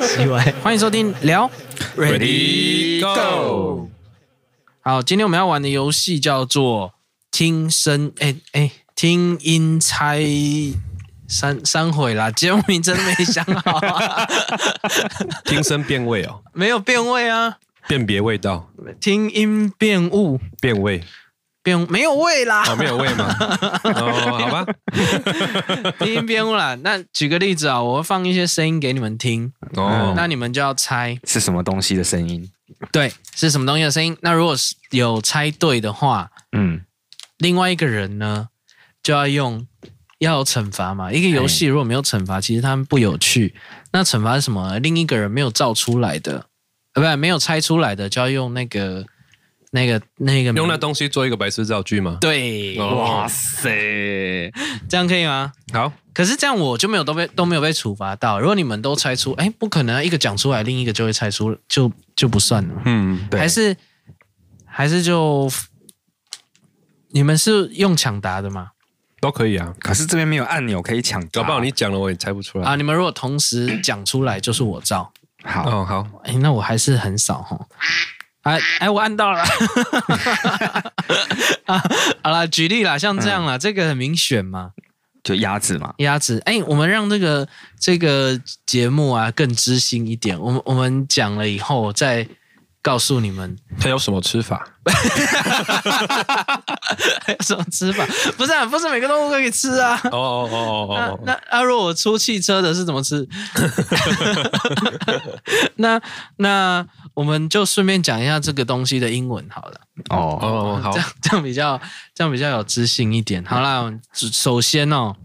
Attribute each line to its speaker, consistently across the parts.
Speaker 1: 奇怪，
Speaker 2: 欢迎收听聊
Speaker 3: Ready Go！
Speaker 2: 好，今天我们要玩的游戏叫做听声，哎、哎、听音猜三三回啦，节目名真的没想好、 啊，
Speaker 3: 听声辨味哦，
Speaker 2: 没有变味啊，
Speaker 3: 辨别味道，
Speaker 2: 听音辨物
Speaker 3: 辨 味
Speaker 2: 变没有味啦，
Speaker 3: 哦，没有味吗？哦，好吧，
Speaker 2: 听音辨物啦。那举个例子啊，我会放一些声音给你们听，
Speaker 3: 哦，
Speaker 2: 那你们就要猜
Speaker 1: 是什么东西的声音？
Speaker 2: 对是什么东西的声音。那如果是有猜对的话，
Speaker 1: 嗯，
Speaker 2: 另外一个人呢，就要用要有惩罚嘛。一个游
Speaker 3: 哎
Speaker 2: 戏如果没有惩罚，其实他们不有趣。那惩罚是什么？另一个人没有造出来的，呃，不，没有猜出来的，就要用那个、那个、那个
Speaker 3: 用那东西做一个白痴造句吗？
Speaker 2: 对，
Speaker 3: 哦
Speaker 1: 嗯哇，塞，
Speaker 2: 这样可以吗？
Speaker 3: 好，
Speaker 2: 可是这样我就没有都被都没有被处罚到。如果你们都猜出，哎，不可能啊，一个讲出来，另一个就会猜出，就就不算了。
Speaker 3: 嗯，
Speaker 1: 对
Speaker 2: 还是还是就你们是用抢答的吗？
Speaker 3: 都可以啊，
Speaker 1: 可是这边没有按钮可以抢答，
Speaker 3: 搞不好你讲了我也猜不出来
Speaker 2: 啊，。你们如果同时讲出来，就是我造。
Speaker 1: 好，
Speaker 3: 哦，好，
Speaker 2: 哎，那我还是很少哈。哎哎，我按到了。 啊，好啦，举例啦，像这样啦，这个很明显嘛，
Speaker 1: 就鸭子嘛，
Speaker 2: 鸭子。哎，我们让这个这个节目啊更知性一点。我们我们讲了以后再告诉你们
Speaker 3: 它有什么吃法？
Speaker 2: 还有什么吃法。不是、啊，不是每个动物都可以吃啊。
Speaker 3: 哦哦哦哦
Speaker 2: 那
Speaker 3: 哦
Speaker 2: 那阿若我出汽车的是怎么吃？ 那那我们就顺便讲一下这个东西的英文好了，
Speaker 3: 哦
Speaker 1: 哦，
Speaker 3: 哦，好
Speaker 2: 这，样这样比较这样比较有知性一点。好啦，首首先哦，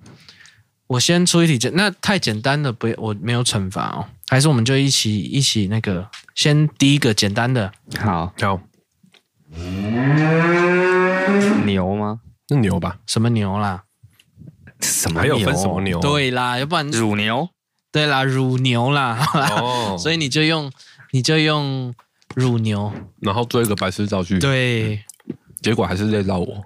Speaker 2: 我先出一题简，那太简单的不我没有惩罚哦，还是我们就一起一起那个，先第一个简单的
Speaker 1: 好，
Speaker 3: 好，
Speaker 1: 牛吗？
Speaker 3: 那牛吧，
Speaker 2: 什么牛啦？
Speaker 1: 什么
Speaker 3: 还有分什么？牛？，啊哦
Speaker 2: 对啦，要不然
Speaker 1: 乳牛，
Speaker 2: 对啦，乳牛啦，好啦
Speaker 3: 哦，
Speaker 2: 所以你就用你就用乳牛，
Speaker 3: 然后做一个白痴造句，
Speaker 2: 对。
Speaker 3: 结果还是累到我。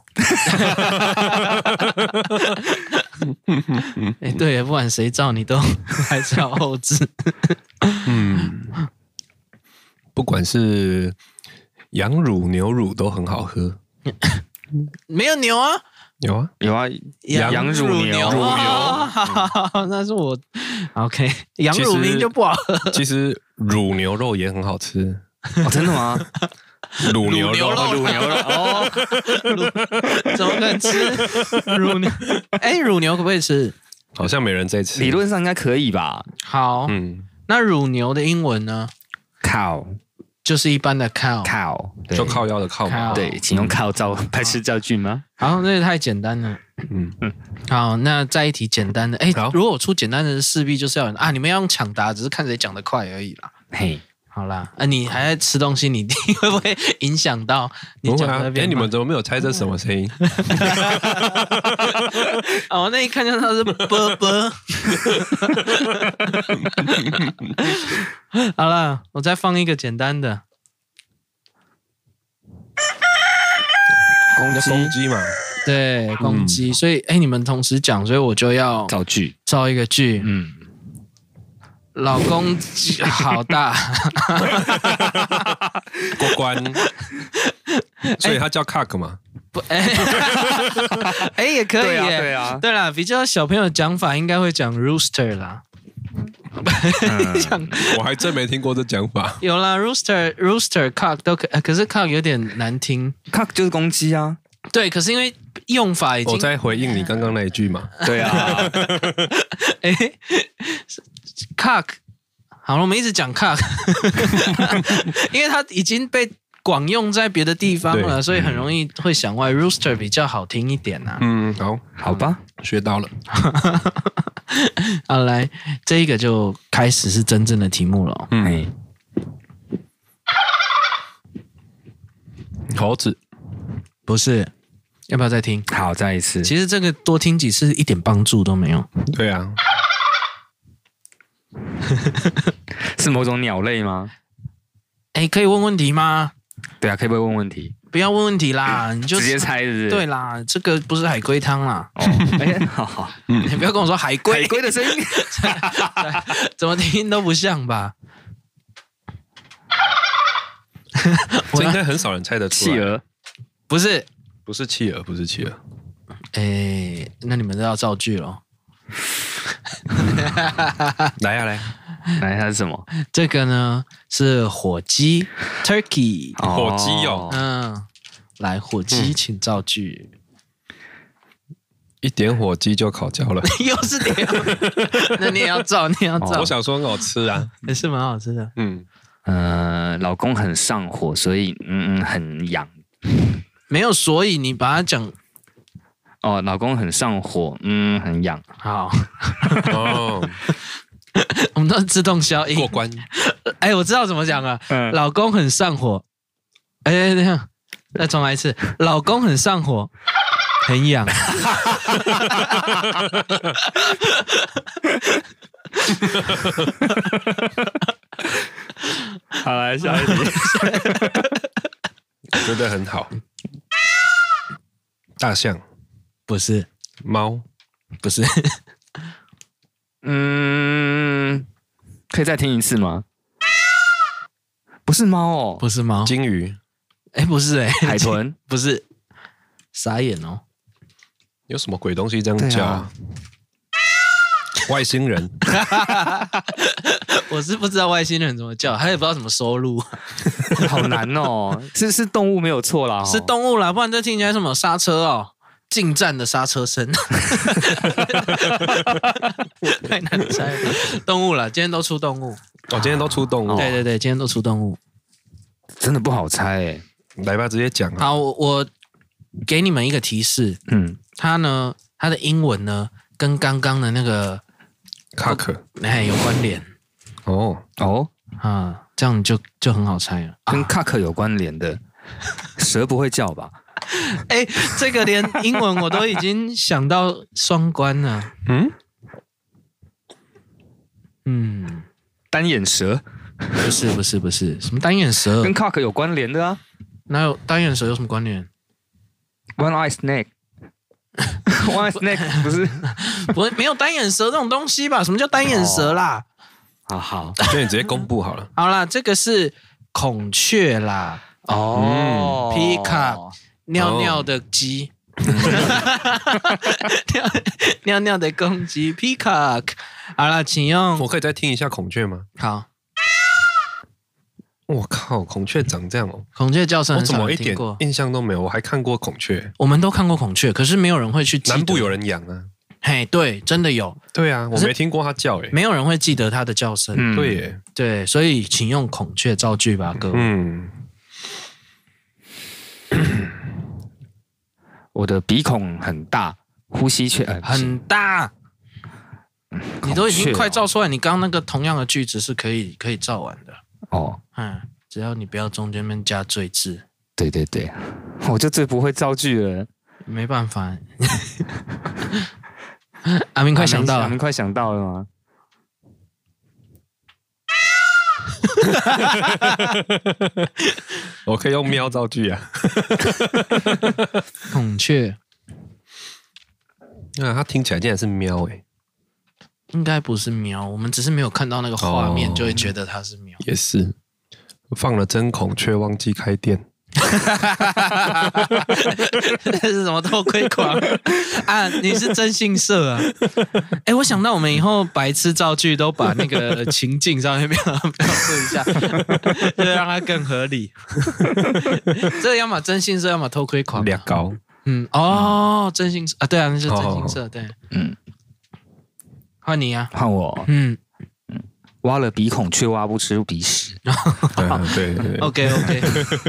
Speaker 2: 哎、对，不管谁照你都 还是要后置。
Speaker 3: 嗯，不管是羊乳、牛乳都很好喝。
Speaker 2: 没有牛啊，
Speaker 3: 有啊，
Speaker 1: 有啊，
Speaker 3: 羊
Speaker 1: 羊乳
Speaker 2: 乳
Speaker 1: 牛，
Speaker 3: 乳牛
Speaker 2: 哦好好好 那是我 OK，羊乳
Speaker 3: 其实
Speaker 2: 名就不好喝。
Speaker 3: 其实乳牛肉也很好吃，
Speaker 1: 哦，真 的吗？
Speaker 3: 乳牛
Speaker 2: 牛
Speaker 3: 肉
Speaker 2: 肉
Speaker 1: 乳牛了哦，
Speaker 2: 怎么可能吃乳牛？哎、乳牛可不可以吃？
Speaker 3: 好像没人在吃。
Speaker 1: 理论上应该可以吧
Speaker 2: 好，
Speaker 3: 嗯，
Speaker 2: 那乳牛的英文呢？
Speaker 1: ？Cow
Speaker 2: 就是一般的 cow。
Speaker 1: cow，对
Speaker 3: 哦就靠嗯腰的靠嘛。
Speaker 2: 靠
Speaker 1: 对，请用 cow 造白痴造句吗？
Speaker 2: 好，那个太简单了。
Speaker 3: 嗯，
Speaker 2: 好，那再一题简单的。哎、
Speaker 3: 好
Speaker 2: 如果我出简单的，势必就是要有人啊，你们要用抢答，只是看谁讲得快而已啦。
Speaker 3: 嗯
Speaker 1: 嘿，
Speaker 2: 好啦，啊，你还在吃东西，你你会不会影响到你
Speaker 3: 不会
Speaker 2: 讲
Speaker 3: 啊
Speaker 2: 那。边？
Speaker 3: 哎，你们怎么没有猜这什么声音？
Speaker 2: 哦，那一看见他是波波。好了，我再放一个简单的。
Speaker 1: 公
Speaker 3: 公
Speaker 1: 鸡
Speaker 3: 鸡嘛。
Speaker 2: 对，公鸡，所以哎、你们同时讲，所以我就要
Speaker 1: 造句，
Speaker 2: 造一个句。
Speaker 1: 嗯，
Speaker 2: 老公鸡好大，
Speaker 3: 过关，所以它叫 cock 嘛。
Speaker 2: 不哎哎也可以
Speaker 1: 对
Speaker 2: 耶。
Speaker 1: 啊，对啊，
Speaker 2: 对啦，比较小朋友讲法应该会讲 rooster 啦，
Speaker 1: 嗯
Speaker 3: 我还真没听过这讲法。
Speaker 2: 有啦 rooster rooster cock 都可，呃可是 cock 有点难听。
Speaker 1: cock 就是公鸡啊，
Speaker 2: 对，可是因为用法已经
Speaker 3: 我在回应你刚刚那一句嘛。
Speaker 1: 对啊，
Speaker 2: 哎、是 cock，好了，我们一直讲 cock，因为它已经被广用在别的地方了，
Speaker 3: 对
Speaker 2: 所以很容易会想歪。rooster 比较好听一点啊。
Speaker 3: 嗯，好，
Speaker 1: 好吧，
Speaker 3: 学到了。
Speaker 2: 好，来，这一个就开始是真正的题目了哦。
Speaker 1: 哎
Speaker 3: 嗯，，猴子，
Speaker 2: 不是，要不要再听？
Speaker 1: 好，再一次，
Speaker 2: 其实这个多听几次一点帮助都没有。
Speaker 3: 对啊，
Speaker 1: 是某种鸟类吗？
Speaker 2: 哎，可以问问题吗？
Speaker 1: 对啊，可以不可以问问题？
Speaker 2: 不要问问题啦，你就
Speaker 1: 直接猜是不是？
Speaker 2: 对啦，这个不是海龟汤啦，
Speaker 1: 哦，哎，好好，
Speaker 2: 你不要跟我说海龟
Speaker 1: 海，龟的声音，
Speaker 2: 怎么听都不像吧？
Speaker 3: 这应该很少人猜得出
Speaker 1: 企
Speaker 3: 来。
Speaker 1: 鹅，
Speaker 2: 不是，
Speaker 3: 不是企鹅，不是企鹅，
Speaker 2: 哎，那你们都要造句咯。
Speaker 3: 来呀、来呀、
Speaker 1: 来，它是 什么？
Speaker 2: 这个呢是火鸡 （turkey），
Speaker 3: 火鸡哦
Speaker 2: 嗯，来火鸡，请造句。
Speaker 3: 一点火鸡就烤焦了。
Speaker 2: 又是你，啊 哦那你也要 造，你也要造
Speaker 3: 我，小时候很好吃啊，
Speaker 2: 也是蛮好吃的。
Speaker 3: 嗯，
Speaker 1: 呃，老公很上火，所以嗯嗯很痒。
Speaker 2: 没有，所以你把它讲
Speaker 1: 哦，老公很上火，嗯很痒。
Speaker 2: 好，
Speaker 3: 哦，
Speaker 2: 我们都是自动消
Speaker 3: 过
Speaker 2: 音。
Speaker 3: 关，
Speaker 2: 哎，我知道怎么讲了。
Speaker 1: 嗯，
Speaker 2: 老公很上火，哎，等一下，再重来一次。老公很上火，很痒。
Speaker 1: 好来下一题。
Speaker 3: 真的很好。大象、
Speaker 2: 不是，
Speaker 3: 猫、
Speaker 2: 不是，
Speaker 1: 嗯，可以再听一次吗？不是猫哦，
Speaker 2: 不是猫。
Speaker 3: 金鱼，
Speaker 2: 哎，不是，哎，
Speaker 1: 海豚。
Speaker 2: 不是，傻眼哦。
Speaker 3: 有什么鬼东西这
Speaker 1: 对
Speaker 3: 样
Speaker 1: 啊
Speaker 3: 叫、啊？外星人，
Speaker 2: 我是不知道外星人怎么叫，他也不知道怎么收录，
Speaker 1: 好难哦，是是动物没有错啦、哦，
Speaker 2: 是动物啦，不然这听起来什么刹车哦，近战的刹车声， 太难猜了。动物啦，今天都出动物，
Speaker 3: 我、哦、今天都出动物，
Speaker 2: 对对对，今天都出动物。
Speaker 1: 真的不好猜哎。
Speaker 3: 来吧，直接讲啊，
Speaker 2: 好，我我给你们一个提示，
Speaker 1: 嗯，
Speaker 2: 它呢，它的英文呢，跟刚刚的那个
Speaker 3: 卡克
Speaker 2: 哎有关联
Speaker 3: 哦，
Speaker 1: 哦，
Speaker 2: 啊，这样你就就很好猜了。
Speaker 1: 跟 cock 有关联的，蛇不会叫吧？
Speaker 2: 哎，这个连英文我都已经想到双关了，
Speaker 3: 嗯，
Speaker 2: 嗯。
Speaker 1: 单眼蛇
Speaker 2: 不是不是不是，什么单眼蛇？
Speaker 1: 跟 cock 有关联的啊
Speaker 2: 哪有单眼蛇有什么关联？
Speaker 1: ，one eye snake。One eye snake 不是
Speaker 2: 不，没有单眼蛇这种东西吧？什么叫单眼蛇啦？
Speaker 1: 啊，好
Speaker 3: 那你直接公布好了。
Speaker 2: 哦好啦，这个是孔雀啦，
Speaker 1: 哦
Speaker 2: Peacock 尿尿的鸡， 尿尿尿的公鸡 peacock。好啦，请用
Speaker 3: 我可以再听一下孔雀吗？
Speaker 2: 好
Speaker 3: 我靠，孔雀长这样哦，
Speaker 2: 孔雀叫声
Speaker 3: 我
Speaker 2: 很
Speaker 3: 怎
Speaker 2: 少
Speaker 3: 么一
Speaker 2: 人听
Speaker 3: 点
Speaker 2: 过，
Speaker 3: 印象都没有？我还看过孔雀，
Speaker 2: 我们都看过孔雀，可是没有人会去记得。
Speaker 3: 南部有人养啊。
Speaker 2: 嘿，对，真的有，
Speaker 3: 对啊，我
Speaker 2: 是
Speaker 3: 没听过它叫诶、
Speaker 2: 没有人会记得它的叫声。
Speaker 1: 嗯
Speaker 3: 对耶，
Speaker 2: 对，所以请用孔雀造句吧，各位。
Speaker 3: 嗯，
Speaker 1: 我的鼻孔很大，呼吸却呃
Speaker 2: 很大，你都已经快
Speaker 1: 照
Speaker 2: 造出来，你刚刚那个同样的句子是可以可以造完的，
Speaker 1: 哦，
Speaker 2: 嗯，只要你不要中间面加赘字，
Speaker 1: 对对对， 我就最不会造句了。
Speaker 2: 没办法。 阿明快想到
Speaker 1: 你
Speaker 2: 了，
Speaker 1: 们快想到了吗？
Speaker 3: 我可以用喵造句啊。
Speaker 2: 孔雀
Speaker 3: 啊，它听起来竟然是喵欸诶、
Speaker 2: 应该不是喵，我们只是没有看到那个画面，
Speaker 3: 哦
Speaker 2: 就会觉得它是喵。
Speaker 3: 也是放了真孔雀，忘记开店。
Speaker 2: 这是什么偷窥 狂啊？你是真性色 啊？哎、我想到我们以后白痴造句都把那个情境上面描描述一 下，就让它更合 理。这要么真性色，要么偷窥狂。啊
Speaker 3: 俩高，
Speaker 2: 嗯，哦，真性色啊，对啊，那是真性色，对，
Speaker 1: 嗯，
Speaker 2: 换你啊，
Speaker 1: 换我
Speaker 2: 嗯
Speaker 1: 挖了鼻孔却挖不出鼻屎。
Speaker 3: 啊对对对，
Speaker 2: ，OK OK，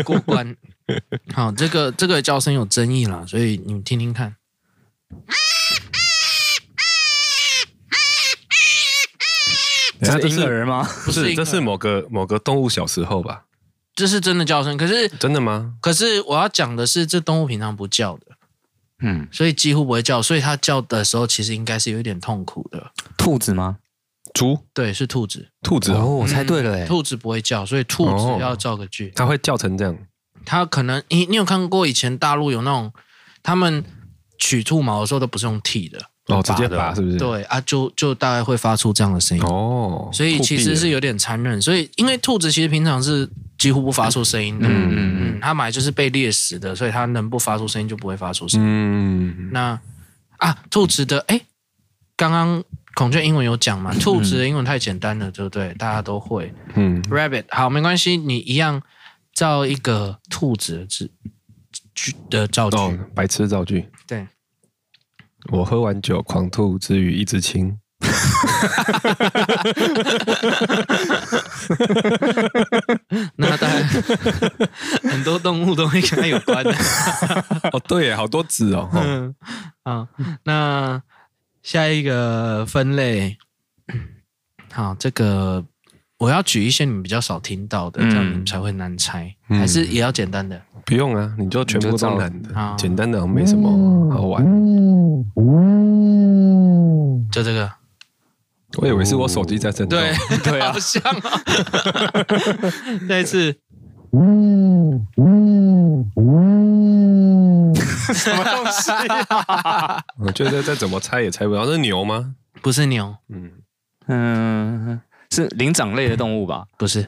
Speaker 2: 过关。好，这个这个叫声有争议啦，所以你们听听看。
Speaker 3: 等下这
Speaker 1: 婴
Speaker 3: 是
Speaker 1: 儿吗？
Speaker 3: 不
Speaker 2: 不是
Speaker 3: 是
Speaker 2: 婴儿
Speaker 3: 这是某个某个动物小时候吧？
Speaker 2: 这是真的叫声，可是
Speaker 3: 真的吗？
Speaker 2: 可是我要讲的是，这动物平常不叫的，
Speaker 1: 嗯，
Speaker 2: 所以几乎不会叫，所以它叫的时候其实应该是有一点痛苦的。
Speaker 1: 兔子吗？
Speaker 3: 猪、
Speaker 2: 对，是兔子，
Speaker 3: 兔子哦，
Speaker 1: 哦，我猜对了哎。
Speaker 2: 兔子不会叫，所以兔子
Speaker 3: 哦
Speaker 2: 要造个句。
Speaker 3: 它会叫成这样。
Speaker 2: 他可能你你有看过以前大陆有那种他们取兔毛的时候都不是用剃的，
Speaker 3: 哦，直接
Speaker 2: 的
Speaker 3: 拔是不是？，
Speaker 2: 对啊，就就大概会发出这样的声音。
Speaker 3: 哦，
Speaker 2: 所以其实是有点残忍。所以因为兔子其实平常是几乎不发出声音的，
Speaker 1: 嗯
Speaker 2: 嗯
Speaker 1: 嗯嗯，
Speaker 2: 嗯，它本来就是被猎食的，所以它能不发出声音就不会发出声音。
Speaker 3: 嗯，
Speaker 2: 那啊，兔子的哎，刚刚孔雀英文有讲嘛，兔子的英文太简单了，对不对？大家都会。
Speaker 3: 嗯
Speaker 2: Rabbit，好，没关系，你一样造一个兔子的字句的造句。
Speaker 3: 哦，白痴造句。
Speaker 2: 对，
Speaker 3: 我喝完酒狂吐之余一直亲，
Speaker 2: 那当然 很多动物都会跟它有关 的。
Speaker 3: 哦，对耶，好多字哦，哦
Speaker 2: 嗯，啊，那下一个分类，好，这个我要举一些你们比较少听到的，
Speaker 1: 嗯
Speaker 2: 这样你们才会难猜，
Speaker 3: 嗯
Speaker 2: 还是也要简单的？
Speaker 3: 不用啊，你就全部
Speaker 1: 你就照
Speaker 3: 都难的
Speaker 2: 好，
Speaker 3: 简单的好像没什么好玩。
Speaker 2: 就这个，
Speaker 3: 我以为是我手机在震动，
Speaker 2: 对 对啊，好像啊， 再一次，
Speaker 3: 我觉得再怎么猜也猜不到，那是牛吗？
Speaker 2: 不是哦牛，
Speaker 3: 嗯，
Speaker 1: 嗯，是灵长类的动物吧？
Speaker 2: 不是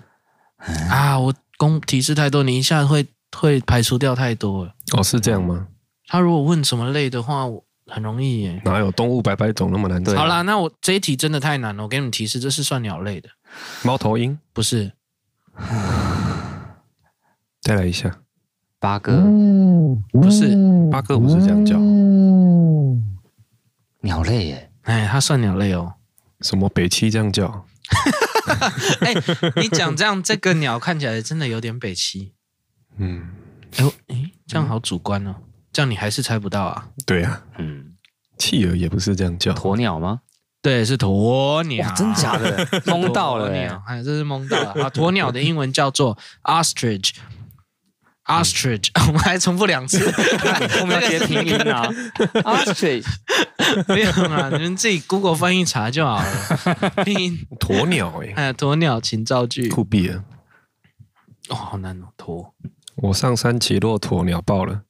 Speaker 2: 啊，我公提示太多，你一下会会排除掉太多了。
Speaker 3: 哦，是这样吗？
Speaker 2: 他如果问什么类的话，我很容易耶。
Speaker 3: 哪有动物百百种那么难猜？
Speaker 2: 好啦，，那我这一题真的太难了，我给你们提示，这是算鸟类的，
Speaker 3: 猫头鹰，
Speaker 2: 不是。
Speaker 3: 再来一下，
Speaker 1: 八哥、
Speaker 2: 不是，
Speaker 3: 八哥不是这样叫，
Speaker 1: 鸟类耶，
Speaker 2: 哎，它算鸟类哦。
Speaker 3: 什么北七这样叫？
Speaker 2: 哎，你讲这样，这个鸟看起来真的有点北齐。
Speaker 3: 嗯，
Speaker 2: 哎呦，哎，这样好主观哦，这样你还是猜不到啊。
Speaker 3: 对啊，
Speaker 1: 嗯，
Speaker 3: 企鹅也不是这样叫，
Speaker 1: 鸵鸟吗？
Speaker 2: 对，是鸵鸟
Speaker 1: 哇，，真假 的，懵到了啊
Speaker 2: 鸵
Speaker 1: 耶
Speaker 2: 鸟，，哎，这是蒙到了 啊。鸵鸟的英文叫做 ostrich。ostrich，我们 还重复两次，
Speaker 1: 我们要截拼音 啊，ostrich，
Speaker 2: 没有啊，你们自己 Google 翻译查就好 了。拼音，
Speaker 3: 鸵鸟哎，
Speaker 2: 哎，鸵鸟请造句。
Speaker 3: 酷毙了！
Speaker 2: 哦，好难哦，鸵。
Speaker 3: 我上山骑骆驼，鸟爆了。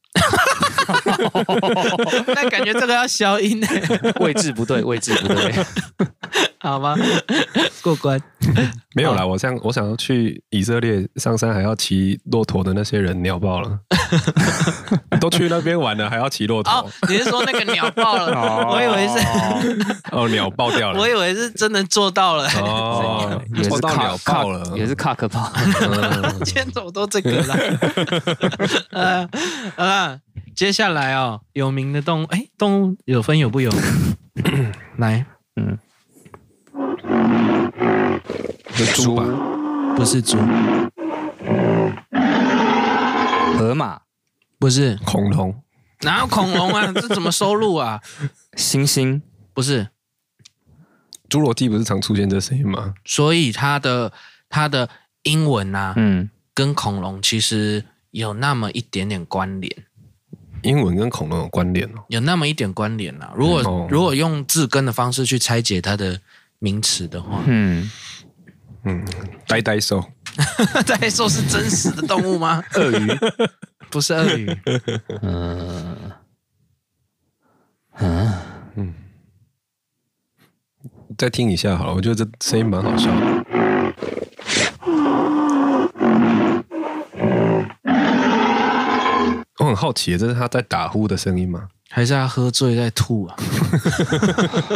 Speaker 2: 但感觉这个要消音 呢。
Speaker 1: 位置不对，位置不 对，
Speaker 2: 好吧， 过关。
Speaker 3: 没有啦，我想我想要去以色列上山还要骑骆驼的那些人鸟爆了，都去那边玩了还要骑骆驼，
Speaker 2: 哦，你是说那个鸟爆 了？我以为是，
Speaker 3: 哦鸟爆掉了
Speaker 2: 我，以为是真的做到了。
Speaker 3: 哦
Speaker 1: 也是
Speaker 3: 抽到
Speaker 1: 卡
Speaker 3: 鸟
Speaker 1: 卡
Speaker 3: 爆了，
Speaker 1: 也是 cock 爆，
Speaker 3: 嗯
Speaker 2: 今天怎么都这个了？ 呃，好啦，接下来哦，有名的动物，哎，动物有分有不有名？来，
Speaker 1: 嗯，
Speaker 3: 是猪吧？
Speaker 2: 不是猪，
Speaker 1: 河马、
Speaker 2: 不是，
Speaker 3: 恐龙、
Speaker 2: 哪有恐龙啊？这怎么收录啊？
Speaker 1: 猩猩、
Speaker 2: 不是，
Speaker 3: 侏罗纪不是常出现这声音吗？
Speaker 2: 所以它的它的英文啊，
Speaker 1: 嗯，
Speaker 2: 跟恐龙其实有那么一点点关联。
Speaker 3: 英文跟恐龙有关联哦。
Speaker 2: 有那么一点关联啦。如果、
Speaker 3: 哦
Speaker 2: 如果用字根的方式去拆解它的名词的 话，
Speaker 1: 嗯，
Speaker 3: 嗯，呆呆兽、
Speaker 2: 再说是真实的动物吗？鳄鱼不是鳄鱼，
Speaker 1: 呃，嗯，
Speaker 3: 再听一下好了，我觉得这声音蛮好笑的。我很好奇，这是他在打呼的声音吗？
Speaker 2: 还是他喝醉在吐啊？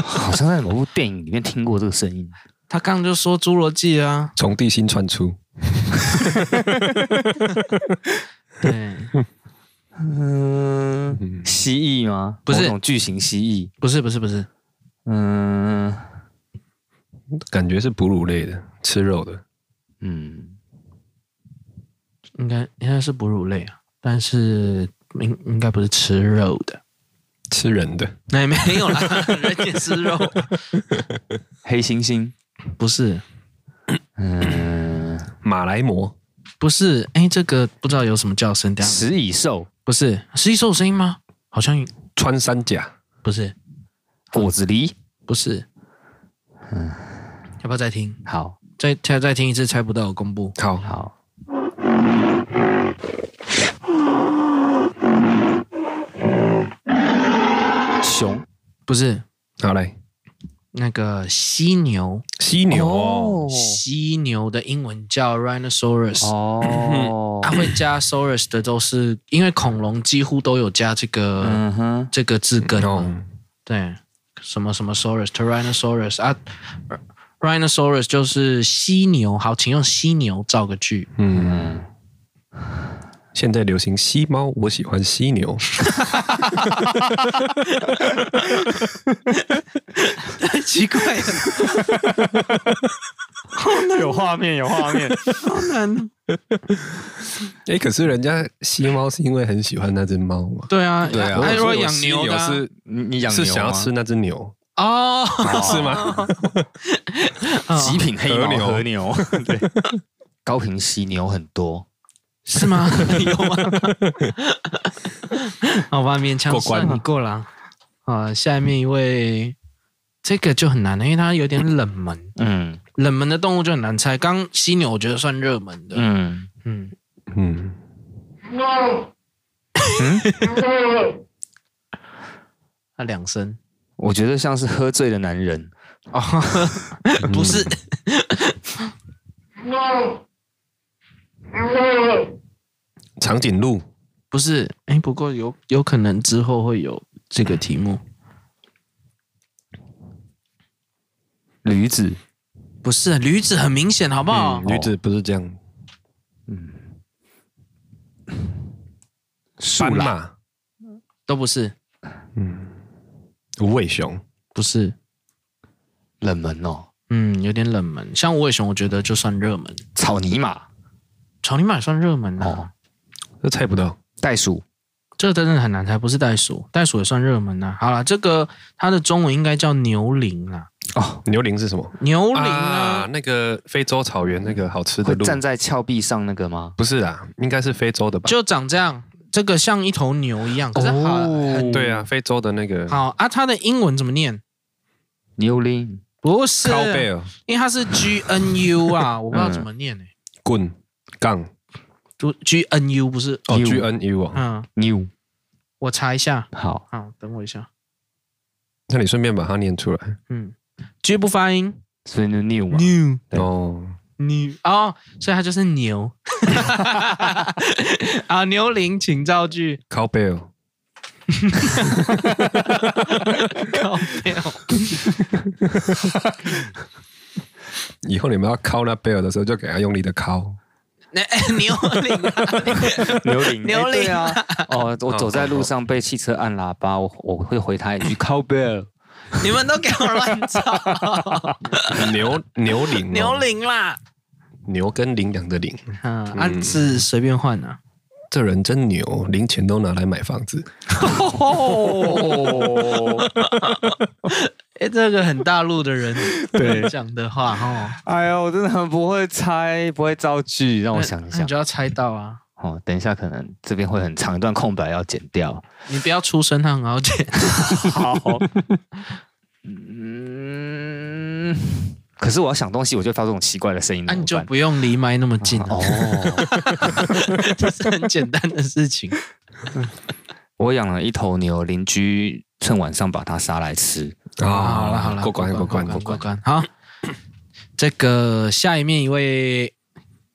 Speaker 1: 好像在某部电影里面听过这个声音，
Speaker 2: 他刚刚就说侏罗纪啊，
Speaker 3: 从地心窜出，
Speaker 2: 对，
Speaker 1: 嗯，蜥蜴吗？
Speaker 2: 不是
Speaker 1: 某种巨型蜥蜴，
Speaker 2: 不是不是不是，
Speaker 1: 嗯
Speaker 3: 感觉是哺乳类的，吃肉的。
Speaker 1: 嗯，
Speaker 2: 应该应该是哺乳类啊，但是应应该不是吃肉的。
Speaker 3: 吃人的
Speaker 2: 那、也哎没有啦， 人也吃肉，
Speaker 1: 黑猩猩，
Speaker 2: 不是
Speaker 1: 嗯，
Speaker 3: 马来貘，
Speaker 2: 不是，哎，这个不知道有什么叫声，等一下
Speaker 1: 食蚁兽，
Speaker 2: 不是是一首声音吗？好像
Speaker 3: 穿山甲，
Speaker 2: 不是，
Speaker 1: 果子狸，
Speaker 2: 不是。嗯要不要再听？
Speaker 1: 好
Speaker 2: 再再再听一次，猜不到，我公布。
Speaker 3: 好，
Speaker 1: 好，熊
Speaker 2: 不是
Speaker 3: 好嘞，
Speaker 2: 那个犀牛，
Speaker 3: 犀牛哦，
Speaker 2: 犀牛的英文叫 rhinoceros，、
Speaker 1: 哦
Speaker 2: 它，会加 saurus 的都是因为恐龙几乎都有加这个、
Speaker 1: 嗯哼，
Speaker 2: 这个字根嘛
Speaker 3: 哦
Speaker 2: 对，什么什么 saurus、tyrannosaurus 啊呃，rhinoceros 就是犀牛。好，请用犀牛造个句。
Speaker 3: 嗯，现在流行犀猫，我喜欢犀牛。
Speaker 2: 奇怪，
Speaker 1: 有画面有画面，
Speaker 2: 好难。
Speaker 3: 哎，可是人家犀猫是因为很喜欢那只猫嘛？
Speaker 2: 对啊，
Speaker 3: 对啊，
Speaker 2: 还
Speaker 3: 我
Speaker 2: 如果
Speaker 3: 说我
Speaker 2: 养
Speaker 3: 犀
Speaker 2: 牛的啊
Speaker 3: 是
Speaker 1: 你你养
Speaker 3: 是
Speaker 1: 牛
Speaker 3: 想要
Speaker 1: 吗
Speaker 3: 吃那只牛，
Speaker 2: 哦，
Speaker 3: 是吗？
Speaker 1: 极品黑毛
Speaker 3: 和牛
Speaker 1: 和牛， 对，高频犀牛很多，
Speaker 2: 是 吗？有吗？好吧，勉强
Speaker 3: 过关
Speaker 2: 算你过了啊。啊，下面一位，这个就很难了，因为它有点冷门，
Speaker 1: 嗯
Speaker 2: 冷门的动物就很难猜。刚犀牛我觉得算热门的，
Speaker 1: 嗯，
Speaker 2: 嗯，
Speaker 3: 嗯，
Speaker 2: 它两声
Speaker 1: 我觉得像是喝醉的男人，
Speaker 2: 哦，不是，
Speaker 3: 长颈鹿
Speaker 2: 不是，哎，不过有有可能之后会有这个题目，
Speaker 1: 驴子，
Speaker 2: 不是驴子很明显，好不好？
Speaker 3: 女子不是这样，
Speaker 1: 树
Speaker 3: 斑
Speaker 1: 懒，
Speaker 3: 马，
Speaker 2: 都不是，
Speaker 3: 无尾熊，
Speaker 2: 不是，
Speaker 1: 冷门哦，
Speaker 2: 嗯，有点冷门。像无尾熊，我觉得就算热门，
Speaker 1: 草泥马，
Speaker 2: 草泥马也算热门啊。
Speaker 1: 哦
Speaker 3: 这猜不到。
Speaker 1: 袋鼠，
Speaker 2: 这个真的很难猜，不是袋鼠，袋鼠也算热门啊呐、好了，这个它的中文应该叫牛羚啊，
Speaker 1: 哦，
Speaker 3: 牛羚是什么？
Speaker 2: 牛羚
Speaker 3: 啊
Speaker 2: 啊，，
Speaker 3: 那个非洲草原那个好吃的
Speaker 1: 会
Speaker 3: 鹿，
Speaker 1: 站在峭壁上那个吗？
Speaker 3: 不是啊，应该是非洲的吧？
Speaker 2: 就长这样，这个像一头牛一样，可是好、
Speaker 1: 哦
Speaker 2: 很
Speaker 3: 对啊，非洲的那个
Speaker 2: 好啊，它的英文怎么念？
Speaker 1: 牛羚，
Speaker 2: 不是，
Speaker 3: 靠背哦，
Speaker 2: 因为它是 G N U 啊，我不知道怎么念呢、
Speaker 3: 棍杠
Speaker 2: 就 G N U 不是？
Speaker 3: 哦
Speaker 1: U
Speaker 3: ，G N U 哦。
Speaker 2: 嗯，
Speaker 1: 牛，
Speaker 2: 我查一下，
Speaker 1: 好，
Speaker 2: 好，等我一下，
Speaker 3: 那你顺便把它念出来
Speaker 2: 嗯，G 不发音
Speaker 1: 所以就牛嘛，
Speaker 2: ，New
Speaker 1: 对
Speaker 3: 哦。
Speaker 2: 牛哦，所以它就是牛， 啊，牛羚，请造句。
Speaker 3: 靠背哦，
Speaker 2: 靠背哦
Speaker 3: 以后你们要靠那贝尔的时候，就给他用力的靠。
Speaker 2: 那 哎牛羚啊，
Speaker 1: 牛羚， 哎
Speaker 2: 牛羚
Speaker 1: 对啊，哦， 我走在路上被汽车按喇叭，我我会回他一 句 cowbell，
Speaker 2: 你们都给我乱造，
Speaker 3: 牛牛羚、哦
Speaker 2: 牛，羚啦！
Speaker 3: 牛跟羚羊的羚，
Speaker 2: 啊，啊是随便换啊。
Speaker 3: 这人真牛，零钱都拿来买房子。
Speaker 1: 哦，
Speaker 2: 哎，这个很大陆的人
Speaker 1: 对
Speaker 2: 讲的话哦，
Speaker 1: 哎呀，我真的很不会猜，不会造句，让
Speaker 2: 那
Speaker 1: 我想一
Speaker 2: 那
Speaker 1: 想
Speaker 2: 你就。要猜到啊。
Speaker 1: 哦，等一下，可能这边会很长一段空白要剪掉。
Speaker 2: 你不要出声，他很好解。
Speaker 1: 好，嗯，可是我要想东西，我就会发出这种奇怪的声音。
Speaker 2: 那啊你就
Speaker 1: 怎么
Speaker 2: 不用离麦那么近
Speaker 1: 办
Speaker 2: 了，
Speaker 1: 哦。
Speaker 2: 这是 很简单的事情。
Speaker 1: 我养了一头牛，邻居趁晚上把它杀来吃。
Speaker 2: 好了好了，
Speaker 3: 哦过关
Speaker 2: 过
Speaker 3: 关
Speaker 2: 过
Speaker 3: 过
Speaker 2: 关。关好，这个下一面一位，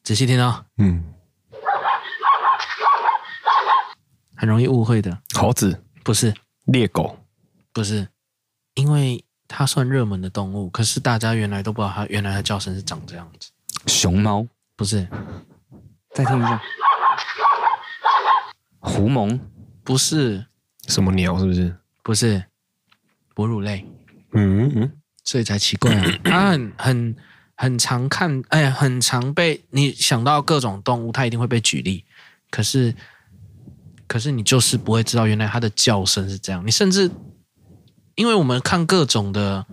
Speaker 2: 仔细听哦，
Speaker 3: 嗯，
Speaker 2: 很容易误会的，
Speaker 3: 猴子、
Speaker 2: 不是。
Speaker 3: 猎狗、
Speaker 2: 不是，因为它算热门的动物，可是大家原来都不知道它原来它叫声是长这样子。
Speaker 1: 熊猫，
Speaker 2: 不是，
Speaker 1: 再听一下。狐獴，
Speaker 2: 不是，
Speaker 3: 什么鸟是不是？
Speaker 2: 不是，哺乳类，
Speaker 3: 嗯嗯，
Speaker 2: 所以才奇怪啊。它很很很常看，哎呀，很常被你想到各种动物，它一定会被举例。可是，可是你就是不会知道原来它的叫声是这样。你甚至因为我们看各种的，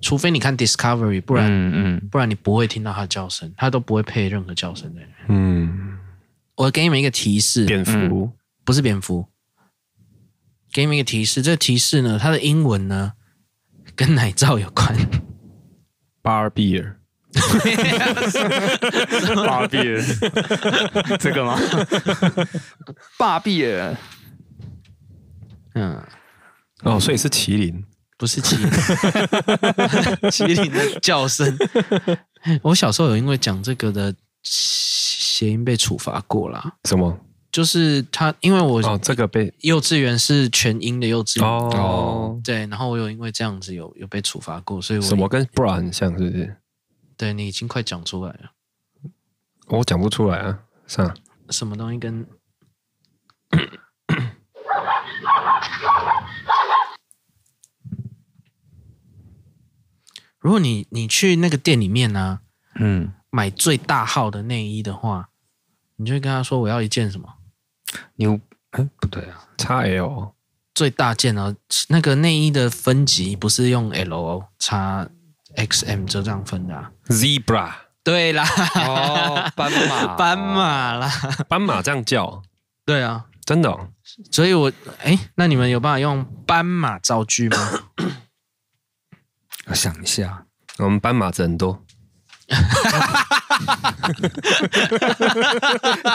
Speaker 2: 除非你看 Discovery，不然、
Speaker 1: 嗯嗯，
Speaker 2: 不然你不会听到它的叫声，它都不会配任何叫声的。
Speaker 3: 嗯，
Speaker 2: 我给你们一个提示，
Speaker 3: 蝙蝠、
Speaker 2: 不是蝙蝠。给你们一个提示，这个提示呢，它的英文呢跟奶罩有关，
Speaker 3: 巴尔比尔、
Speaker 1: 巴比尔， 这个 吗？巴比尔，
Speaker 2: 嗯，
Speaker 3: 哦，所以是麒麟。
Speaker 2: 不是 麒麟，麒麟的叫声。 我小时候有因为讲这个的谐音被处罚过啦，
Speaker 3: 什么？
Speaker 2: 就是他，因为
Speaker 3: 哦
Speaker 2: 我，
Speaker 3: 这个被
Speaker 2: 幼稚园是全英的幼稚园，
Speaker 3: 哦，
Speaker 2: 对，然后我有因为这样子有有被处罚过，所以我
Speaker 3: 什么跟 bra 很像，是不是？
Speaker 2: 对你已经快讲出来了，
Speaker 3: 我讲不出来啊，啥？
Speaker 2: 什么东西跟 如果你你去那个店里面呢、啊，
Speaker 1: 嗯，
Speaker 2: 买最大号的内衣的话，你就会跟他说我要一件什么
Speaker 1: 牛，哎，不对啊，
Speaker 3: 叉 L
Speaker 2: 最大件啊，那个内衣的分级不是用 L O 叉 X M 就这样分的、啊。
Speaker 3: zebra
Speaker 2: 对啦，
Speaker 1: 哦，斑马，
Speaker 2: 斑，马啦，
Speaker 3: 斑马这样叫，
Speaker 2: 啊对啊，
Speaker 3: 真的、哦？
Speaker 2: 所以我哎，那你们有办法用斑马造句吗？
Speaker 1: 我想一下，
Speaker 3: 我们斑马子很多，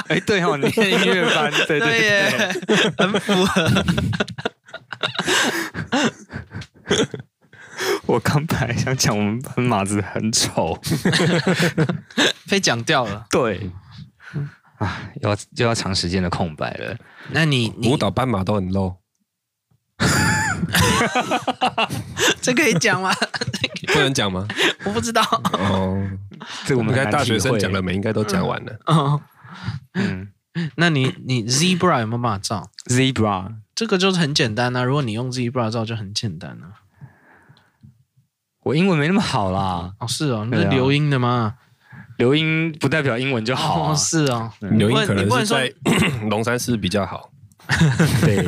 Speaker 1: 哎，对 哦，你念音乐班，对对
Speaker 2: 对
Speaker 1: 对，
Speaker 2: 耶，很符合。
Speaker 1: 我刚本来想讲我们斑马子很丑，
Speaker 2: 被讲掉了。
Speaker 1: 对，啊，又要又要长时间的空白了，
Speaker 2: 那你
Speaker 3: 舞
Speaker 2: 你
Speaker 3: 蹈斑马都很 low，
Speaker 2: 这可以讲吗？
Speaker 3: 不能讲吗？
Speaker 2: 我不知道。
Speaker 3: 哦，
Speaker 1: 这个我
Speaker 3: 我
Speaker 1: 们
Speaker 3: 们
Speaker 1: 很
Speaker 3: 该
Speaker 1: 难
Speaker 3: 大学
Speaker 1: 体
Speaker 3: 生
Speaker 1: 会
Speaker 3: 讲的，每应该都讲完了。
Speaker 2: 哦，
Speaker 1: 嗯
Speaker 2: 那你你 zebra 有没有办法造？
Speaker 1: ，zebra，
Speaker 2: 这个就是很简单啊。如果你用 zebra 造就很简单啊。
Speaker 1: 我英文没那么好啦，
Speaker 2: 哦，是哦，你
Speaker 1: 对
Speaker 2: 是
Speaker 1: 啊
Speaker 2: 留音的吗？
Speaker 1: 留音不代表英文就好啊
Speaker 2: 哦，，是哦。
Speaker 1: 嗯
Speaker 3: 牛音
Speaker 2: 不能
Speaker 3: 可
Speaker 2: 你不
Speaker 3: 能
Speaker 2: 能
Speaker 3: 是
Speaker 2: 说
Speaker 3: 在龙山寺比较好，
Speaker 1: 对，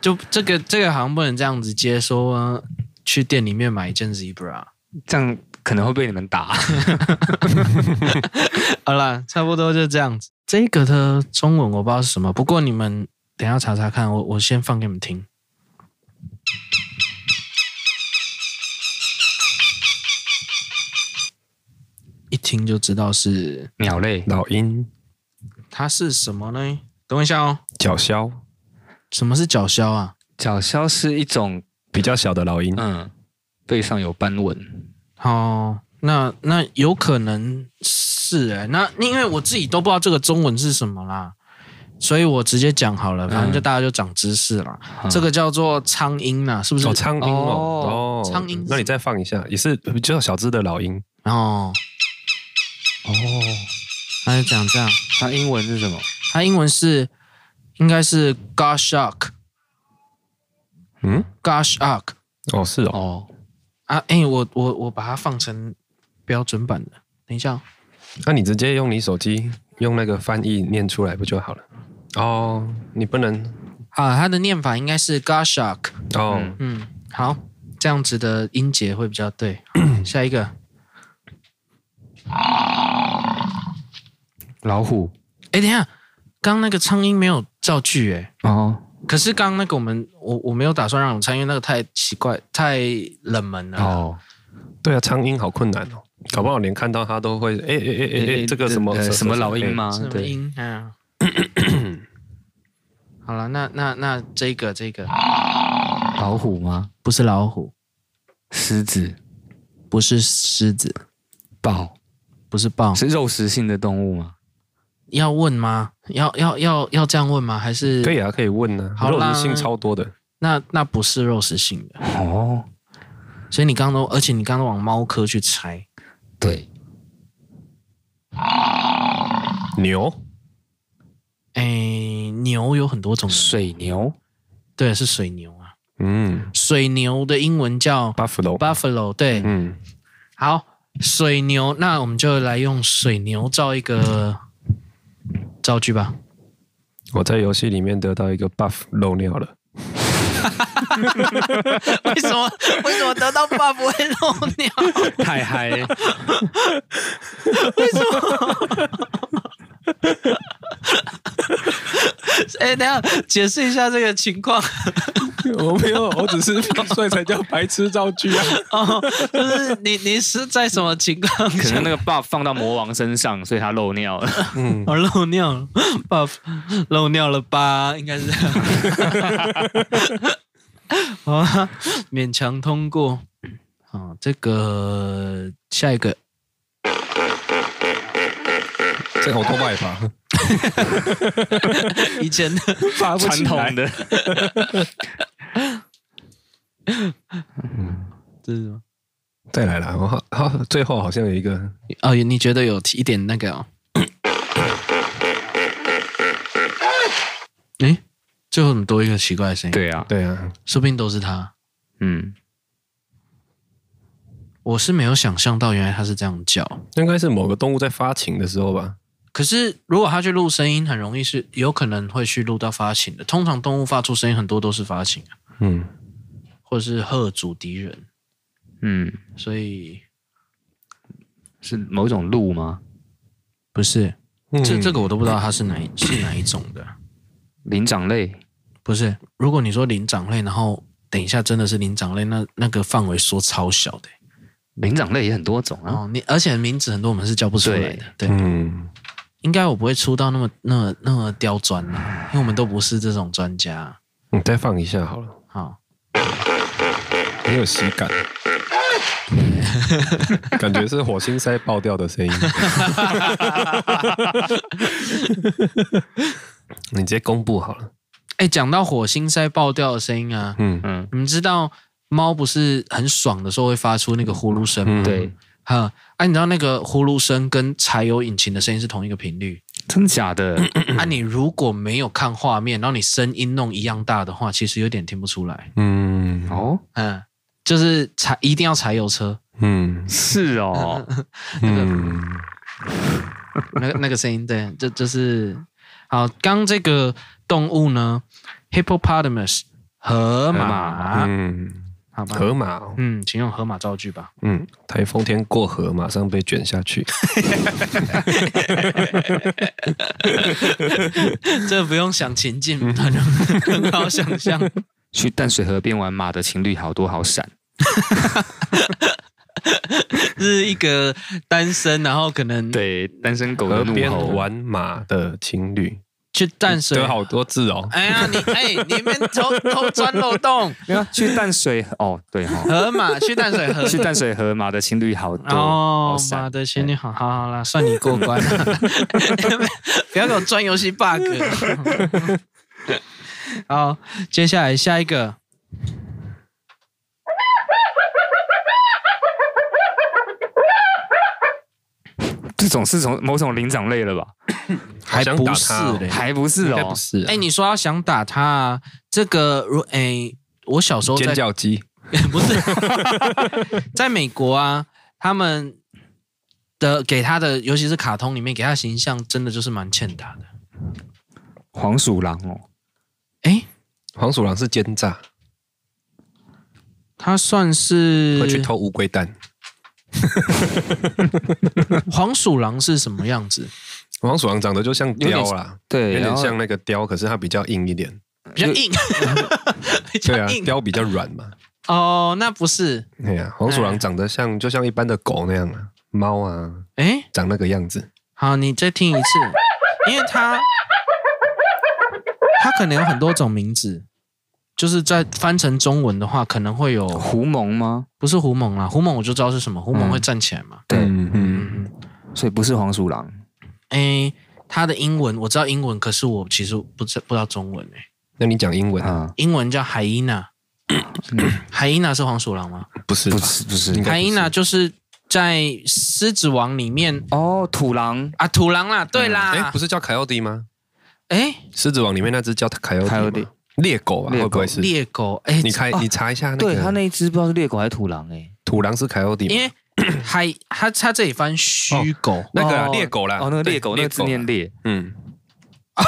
Speaker 2: 就这个这个好像不能这样子接说、啊，去店里面买一件 zebra。
Speaker 1: 这样可能会被你们打。
Speaker 2: 好啦，差不多就这样子。这个的中文我不知道是什么，不过你们等一下查查看，我我先放给你们听。一听就知道是
Speaker 1: 鸟类，
Speaker 3: 老鹰、
Speaker 2: 它是什么呢？等我一下哦，
Speaker 3: 角鸮
Speaker 2: 什么是角鸮啊？
Speaker 1: 角鸮是一种，
Speaker 3: 比较小的老鹰，哦
Speaker 1: 嗯，背上有斑纹，
Speaker 2: 哦，那那有可能是哎、那那因为我自己都不知道这个中文是什么啦，所以我直接讲好了，反正就大家就长知识啦。
Speaker 1: 嗯
Speaker 2: 这个叫做苍鹰啦，是不是？
Speaker 3: 哦，苍鹰哦，
Speaker 1: 哦
Speaker 3: 哦，
Speaker 2: 苍鹰
Speaker 3: 那你再放一下，也是比较小只的老鹰，
Speaker 2: 哦，
Speaker 1: 哦，
Speaker 2: 他就讲这样，
Speaker 1: 它啊英文是什么？
Speaker 2: 它英文是应该是 goshawk，goshawk
Speaker 3: 嗯，哦，是哦，
Speaker 1: 哦，
Speaker 2: 啊，哎、我我我把它放成标准版的，等一下哦，
Speaker 3: 那你直接用你手机用那个翻译念出来不就好了？哦，你不能
Speaker 2: 啊，它的念法应该是 goshawk。
Speaker 3: 哦，
Speaker 1: 嗯
Speaker 2: 嗯，好，这样子的音节会比较 对。下一个，
Speaker 1: 老虎，
Speaker 2: 哎，等一下，刚那个苍蝇没有造句哎，
Speaker 1: 哦，
Speaker 2: 可是刚那个我们我我没有打算让我参与，因为那个太奇怪太冷门了。哦，
Speaker 1: 哦，
Speaker 3: 对啊，苍鹰好困难哦，搞不好连看到它都会，哎哎哎哎，这个什么
Speaker 1: 呃什么老鹰？吗？
Speaker 2: 什么
Speaker 1: 对，
Speaker 2: 音 啊？好了，那那那这个这个
Speaker 1: 老虎吗？
Speaker 2: 不是老虎，
Speaker 1: 狮子，
Speaker 2: 不是狮子，
Speaker 1: 豹
Speaker 2: 不是豹，
Speaker 1: 是肉食性的动物吗？
Speaker 2: 要问吗？要要要要这样问吗？还是
Speaker 3: 哎可以啊，可以问啊，
Speaker 2: 好
Speaker 3: 肉
Speaker 2: 啦
Speaker 3: 食性超多的，
Speaker 2: 那那不是肉食性的，
Speaker 1: 哦，
Speaker 2: 所以你刚刚都，而且你刚刚都往猫科去猜。
Speaker 1: 对，
Speaker 3: 牛
Speaker 2: 诶，哎牛有很多种，
Speaker 1: 水牛，
Speaker 2: 对，是水牛啊。
Speaker 3: 嗯
Speaker 2: 水牛的英文叫
Speaker 3: ，buffalo，
Speaker 2: buffalo，对，
Speaker 3: 嗯，
Speaker 2: 好，水牛，那我们就来用水牛造一个造句吧。
Speaker 3: 我在游戏里面得到一个 buff 漏尿了，
Speaker 2: 为什么为什么得到 buff 会漏尿？
Speaker 1: 太嗨，
Speaker 2: 哎，等一下解释一下这个情况。
Speaker 3: 我没有，我只是所以才叫白痴造句啊。
Speaker 2: 哦，就是你你是在什么情况
Speaker 1: 可
Speaker 2: 下
Speaker 1: 能那个 buff 放到魔王身上，所以他漏尿了。
Speaker 3: 嗯，
Speaker 2: 哦漏尿了 buff 漏尿了吧？应该是这样。好啊，勉强通过。好，这个下一个
Speaker 3: 这好多卖法，
Speaker 2: 以前的
Speaker 3: 发不
Speaker 1: 传
Speaker 3: 起来
Speaker 1: 统。的，
Speaker 2: 这是什么？
Speaker 3: 再来了，我好好，最后好像有一个
Speaker 2: 哦，你觉得有一点那个哦？ 诶，最后怎么多一个奇怪的声音？，
Speaker 1: 对啊，
Speaker 3: 对啊，
Speaker 2: 说不定都是他。
Speaker 1: 嗯，
Speaker 2: 我是没有想象到，原来他是这样叫。
Speaker 3: 应该是某个动物在发情的时候吧？
Speaker 2: 可是如果他去录声音，很容易是有可能会去录到发情的。通常动物发出声音很多都是发情啊，
Speaker 3: 嗯，
Speaker 2: 或者是吓阻敌人，
Speaker 1: 嗯，
Speaker 2: 所以
Speaker 1: 是某种鹿吗？
Speaker 2: 不是嗯这这
Speaker 3: 个
Speaker 2: 个我都不知道它是哪一是哪一种的。
Speaker 1: 灵长类，
Speaker 2: 不是，如果你说灵长类，然后等一下真的是灵长类，那那个范围缩超小的、
Speaker 1: 灵长类也很多种啊。
Speaker 2: 哦，你而且名字很多我们是叫不出来的，对，
Speaker 3: 嗯，
Speaker 2: 应该我不会出到那么那么那么刁钻啦、因为我们都不是这种专家。啊
Speaker 3: 你再放一下好了，
Speaker 2: 好，
Speaker 3: 很有喜 感，感觉是火星塞爆掉的声音。你直接公布好了。
Speaker 2: 哎，讲到火星塞爆掉的声音啊，
Speaker 3: 嗯
Speaker 1: 嗯，
Speaker 2: 你们知道猫不是很爽的时候会发出那个呼噜声吗？
Speaker 3: 嗯
Speaker 1: 对，
Speaker 2: 哈，啊，你知道那个呼噜声跟柴油引擎的声音是同一个频率。
Speaker 1: 真假的？
Speaker 2: 啊，你如果没有看画面，然后你声音弄一样大的话，其实有点听不出来。
Speaker 3: 嗯，
Speaker 1: 哦，
Speaker 2: 嗯，就是柴一定要柴油车，
Speaker 3: 嗯
Speaker 1: 是哦，
Speaker 3: 嗯，
Speaker 2: 那 个那个声音，对，这就是好。刚这个动物呢，hippopotamus
Speaker 1: 哎
Speaker 2: 河马，
Speaker 3: 嗯，
Speaker 2: 啊好吧，
Speaker 3: 河马哦，
Speaker 2: 嗯，请用河马造句 吧。
Speaker 3: 嗯，台风天过河，马上被卷下去。
Speaker 2: 这不用想情境，很很好想象。
Speaker 1: 去淡水河边玩马的情侣好多好闪。
Speaker 2: 是一个单身，然后可能
Speaker 1: 对，单身狗的
Speaker 3: 河
Speaker 1: 怒
Speaker 3: 边
Speaker 1: 吼，
Speaker 3: 玩马的情侣，
Speaker 2: 去淡水
Speaker 3: 有。好多字哦。
Speaker 2: 哎 呀，你哎，你们偷偷钻漏洞，
Speaker 1: 没有啊去淡水河哦，对哈、
Speaker 2: 河马去淡水河。
Speaker 1: 去淡水河马的情侣好多
Speaker 2: 哦
Speaker 1: 好，哎闪
Speaker 2: 妈的，仙女好，好好啦，算你过关 了，不要给我钻游戏 bug。好，接下来下一个，
Speaker 1: 这种是从某种灵长类了吧？
Speaker 3: 好想打
Speaker 2: 不是
Speaker 3: 他哦
Speaker 2: 嘞
Speaker 1: 还不是
Speaker 3: 应该
Speaker 1: 哦
Speaker 3: 不，是啊
Speaker 2: 哎，你说要想打他啊，这个如哎，我小时候
Speaker 3: 尖
Speaker 2: 在
Speaker 3: 叫鸡。
Speaker 2: 不是， 在美国啊，他们的给他的，尤其是卡通里面给他的形象，真的就是蛮欠打的。
Speaker 1: 黄鼠狼哦，
Speaker 2: 哎，
Speaker 3: 黄鼠狼是奸诈，
Speaker 2: 他算是
Speaker 3: 会去偷乌龟蛋。
Speaker 2: 黄鼠狼是什么样子？
Speaker 3: 黄鼠狼长得就像
Speaker 1: 有
Speaker 3: 雕
Speaker 1: 点
Speaker 3: 啦，有
Speaker 1: 对，
Speaker 3: 点
Speaker 1: 然后
Speaker 3: 像那个雕，可是它比较硬一点。
Speaker 2: 比较 硬，比
Speaker 3: 对
Speaker 2: 较
Speaker 3: 啊，
Speaker 2: 硬。
Speaker 3: 雕比较软 嘛。
Speaker 2: 哦，那不是，
Speaker 1: 嗯
Speaker 3: 对呀、啊，黄鼠狼长得像就像一般的狗那样啊，猫啊，
Speaker 2: 哎，
Speaker 3: 长那个样子。
Speaker 2: 好，你再听一次，因为它它可能有很多种名字，就是在翻成中文的话，可能会有
Speaker 1: 狐獴吗？
Speaker 2: 不是狐獴啦，狐獴我就知道是什么，狐獴会站起来嘛。
Speaker 1: 对，
Speaker 3: 嗯嗯，
Speaker 2: 嗯嗯，
Speaker 1: 所以不是黄鼠狼，
Speaker 2: 哎，它的英文我知道英文，可是我其实不知不知道中文哎，
Speaker 3: 那你讲英文啊？
Speaker 1: 啊，
Speaker 2: 英文叫海伊娜，海伊娜是黄鼠狼吗？
Speaker 3: 不是吧
Speaker 1: 不？是不
Speaker 3: 应
Speaker 1: 是，
Speaker 3: 该不
Speaker 2: 海
Speaker 3: 是
Speaker 2: 伊娜就是在《狮子王》里面
Speaker 1: 哦，土狼，
Speaker 2: 啊，土狼啦，对
Speaker 3: 哎、
Speaker 2: 啦
Speaker 3: 不，是叫凯奥迪吗？
Speaker 2: 哎，狮
Speaker 3: 狮子王里面那只叫凯奥迪吗。
Speaker 1: 凯奥迪
Speaker 3: 猎狗啊，
Speaker 1: 猎狗
Speaker 3: 会不会是？
Speaker 2: 猎狗，哎，
Speaker 3: 你看，
Speaker 2: 哦
Speaker 3: 你查一下那个。
Speaker 1: 对他那一只不知道是猎狗还是土狼哎，
Speaker 3: 土狼是凯奥迪吗，
Speaker 2: 因 为海他他这里翻虚狗，
Speaker 3: 那个啦啊
Speaker 1: 哦
Speaker 3: 猎狗啦，
Speaker 1: 哦，那个
Speaker 3: 对
Speaker 1: 猎狗那个字念， 猎，嗯
Speaker 3: 嗯，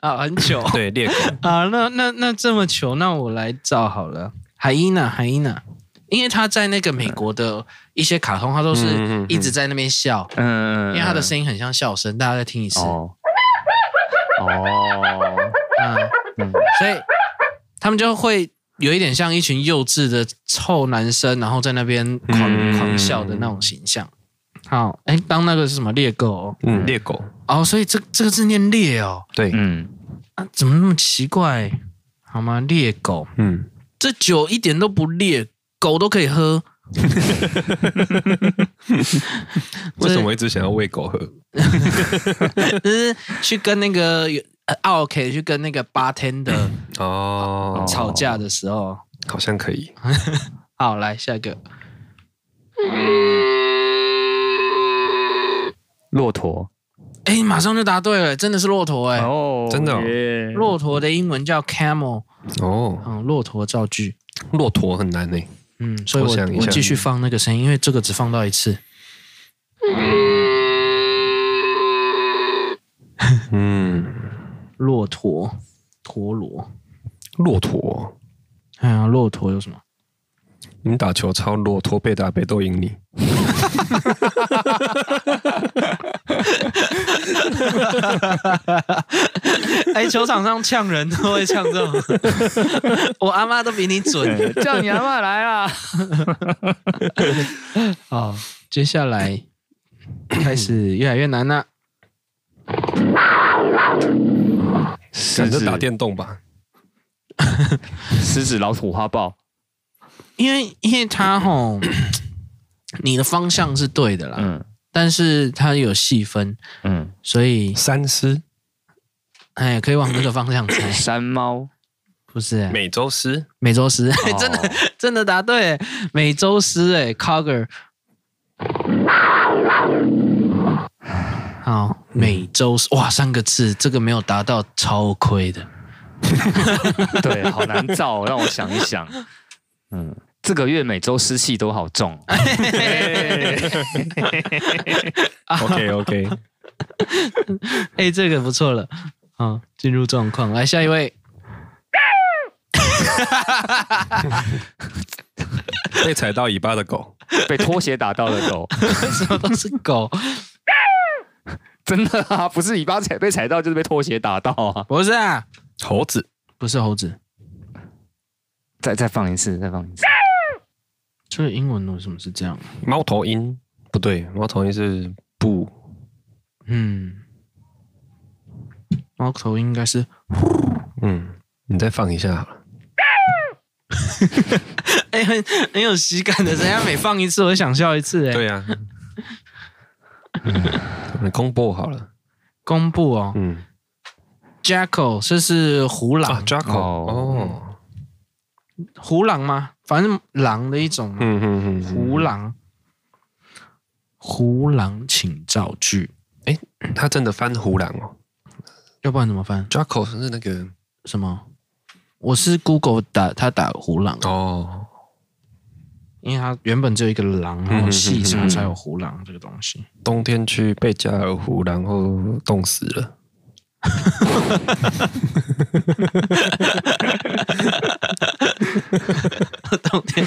Speaker 2: 啊，很 久
Speaker 3: 对， 猎狗，嗯
Speaker 2: 啊，那那那这么久，那我来找好了，海伊娜，海伊娜。因为他在那个美国的一些卡通，他都
Speaker 3: 嗯嗯
Speaker 2: 是
Speaker 3: 嗯
Speaker 2: 一直在那边笑，
Speaker 1: 嗯，哦
Speaker 2: 因为他的声音很像笑声。大家再听一次，
Speaker 1: 哦，哦，
Speaker 2: 嗯所以他们就会有一点像一群幼稚的臭男生，然后在那边狂、
Speaker 3: 嗯
Speaker 2: 狂笑的那种形象。好，哎，当那个是什么猎狗哦
Speaker 3: 嗯，猎狗，
Speaker 2: 哦，所以这这个字念猎哦，
Speaker 3: 对，
Speaker 1: 嗯，
Speaker 2: 啊，怎么那么奇怪？好吗？猎狗，
Speaker 3: 嗯，
Speaker 2: 这酒一点都不烈，狗都可以喝。
Speaker 3: 为什么我一直想要喂狗喝？
Speaker 2: 就是去跟那个呃 OK 去跟那个 bartender
Speaker 3: 哦，
Speaker 2: 吵架的时候，
Speaker 3: 好像可以。
Speaker 2: 好，来下一个
Speaker 1: 骆驼
Speaker 2: 哎、马上就答对了，真的是骆驼哎、
Speaker 1: 哦
Speaker 3: 真的哦
Speaker 1: 耶
Speaker 2: 骆驼的英文叫 camel，
Speaker 3: 哦，
Speaker 2: 嗯，骆驼造句，
Speaker 3: 骆驼很难呢。
Speaker 2: 嗯，所以我
Speaker 3: 我想一
Speaker 2: 我
Speaker 3: 下
Speaker 2: 继续放那个声音，因为这个只放到一次。
Speaker 3: 嗯，
Speaker 2: 骆驼，陀螺，
Speaker 3: 骆驼，
Speaker 2: 哎呀，骆驼有什么？
Speaker 3: 你打球超骆驼被打被都赢你。
Speaker 2: 哎、球场上呛人都会呛这种， 我阿妈都比你准。
Speaker 1: 叫你阿妈来啦！
Speaker 2: 好，接下来开始越来越难了。
Speaker 3: 感
Speaker 1: 狮
Speaker 3: 觉
Speaker 1: 子
Speaker 3: 打电动吧。
Speaker 1: 狮子、老虎、花豹，
Speaker 2: 因为因为它吼， 你的方向是对的啦，
Speaker 3: 啊
Speaker 1: 嗯
Speaker 2: 但是它有细分，
Speaker 1: 嗯，。
Speaker 2: 所以
Speaker 3: 三狮、
Speaker 2: 哎，可以往这个方向猜
Speaker 1: 山 猫，
Speaker 2: 不是、欸、
Speaker 3: 美洲狮、
Speaker 2: 美洲狮， 真的
Speaker 1: 的
Speaker 2: 真的答对、欸，美洲狮哎、c o g g e r 好，美洲狮哇，三个字，这个没有达到超亏的。
Speaker 1: 对，好难 造哦，让我想一想。嗯，这个月每周湿气都好重哦。
Speaker 3: OK OK，
Speaker 2: 哎、这个不错了，好，进入状况，来下一位，
Speaker 3: 被踩到尾巴的狗，
Speaker 1: 被拖鞋打到的狗，
Speaker 2: 什么都是狗，
Speaker 1: 真的啊，不是尾巴踩被踩到，就是被拖鞋打到啊！
Speaker 2: 不是啊，
Speaker 3: 猴子，
Speaker 2: 不是猴子，
Speaker 1: 再再放一次，再放一次。
Speaker 2: 这个英文为什么是这样？
Speaker 3: 猫头鹰不对，猫头鹰是布，
Speaker 2: 嗯，猫头鹰应该是
Speaker 3: 嗯，你再放一下好了。
Speaker 2: 哎、很很有喜感的，人家每放一次我就想笑一次、哎，
Speaker 3: 对啊呀、嗯你公布好了，
Speaker 2: 公布哦
Speaker 3: 嗯
Speaker 2: ，Jackal 这是胡
Speaker 3: 啊
Speaker 2: 狼，
Speaker 3: ，Jaco，
Speaker 1: 哦
Speaker 3: 哦，
Speaker 2: 胡狼吗？反正狼的一种嘛，
Speaker 3: 嗯嗯嗯，
Speaker 2: 胡狼，胡狼请造句，
Speaker 3: 他真的翻胡狼哦
Speaker 2: 要不然怎么翻？
Speaker 3: ，Jaco 是那个
Speaker 2: 什么？我是 Google 打他打胡狼，
Speaker 3: 哦，
Speaker 2: 因为他原本只有一个狼，然后细查才有胡狼这个东西。
Speaker 3: 冬天去贝加尔湖，然后冻死了。
Speaker 2: 冬天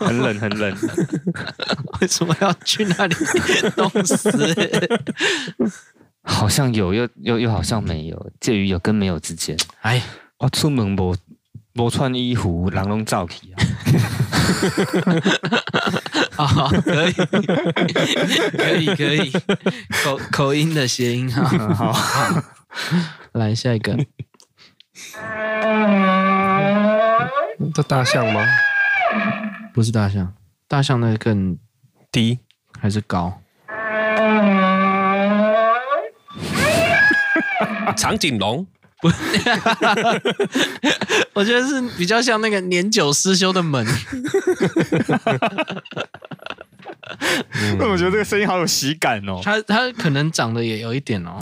Speaker 1: 很冷很冷，
Speaker 2: 为什么要去那里 冻死？
Speaker 1: 好像有，又又又好像没有，介于有跟没有之间。
Speaker 2: 哎，
Speaker 1: 我哦出门无无穿衣服，人拢走去 啊！
Speaker 2: 好，啊可以，可以，可以，口口音的谐音
Speaker 1: 嗯
Speaker 2: 哈。好，好 来下一个，
Speaker 3: 这大象吗？
Speaker 2: 不是大象，大象那更
Speaker 3: 低，
Speaker 2: 还是高，
Speaker 3: 长颈龙。
Speaker 2: 我觉得是比较像那个年久失修的门。
Speaker 3: 嗯
Speaker 1: 我觉得这个声音好有喜感哦。
Speaker 2: 它它可能长得也有一点哦，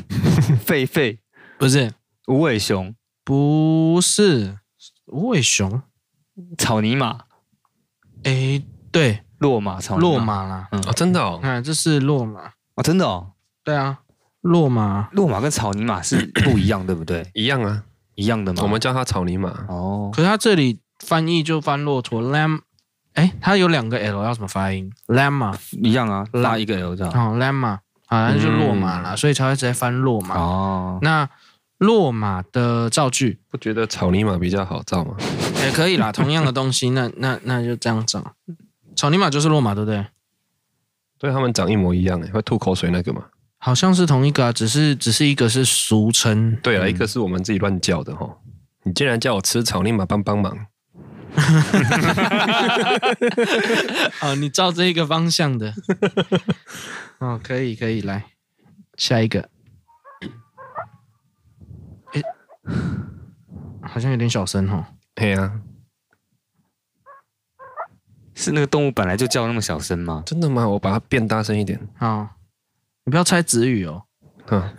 Speaker 1: 狒狒、
Speaker 2: 不是
Speaker 1: 无尾熊、
Speaker 2: 不是无尾熊，
Speaker 1: 草泥马、
Speaker 2: 哎，对，
Speaker 1: 落马、草泥
Speaker 2: 落马啦，
Speaker 3: 哦，真的哦，
Speaker 2: 啊看这是落马，
Speaker 1: 哦，真的哦，
Speaker 2: 对啊，落马，
Speaker 1: 落马跟草泥马是 不一样，对不对？
Speaker 3: 一样啊。
Speaker 1: 一样的吗？
Speaker 3: 我们叫它草泥马，
Speaker 1: 哦，
Speaker 2: 可是它这里翻译就翻骆驼 lam，哎，它有两个 l 要怎么发音？llama，
Speaker 1: 一样啊，拉一个 L 这样。
Speaker 2: 嗯哦，llama，好像就落马啦，所以才会直接翻落马。
Speaker 1: 哦，
Speaker 2: 那落马的造句
Speaker 3: 不觉得草泥马比较好造吗？
Speaker 2: 也可以啦，同样的东西，那那那就这样整。草泥马就是落马，对不对？
Speaker 3: 对他们长一模一样诶，欸会吐口水那个嘛。
Speaker 2: 好像是同一个啊，只是只是一个是俗称，
Speaker 3: 对啊了，一个是我们自己乱叫的哈。你竟然叫我吃草泥马，帮帮忙！
Speaker 2: 哦，你照这一个方向的，哦，可以可以，来下一个。诶好像有点小声哦。
Speaker 3: 嘿啊，
Speaker 1: 是那个动物本来就叫那么小声吗？
Speaker 3: 真的吗？我把它变大声一点。
Speaker 2: 好，你不要猜子语哦。
Speaker 3: 啊，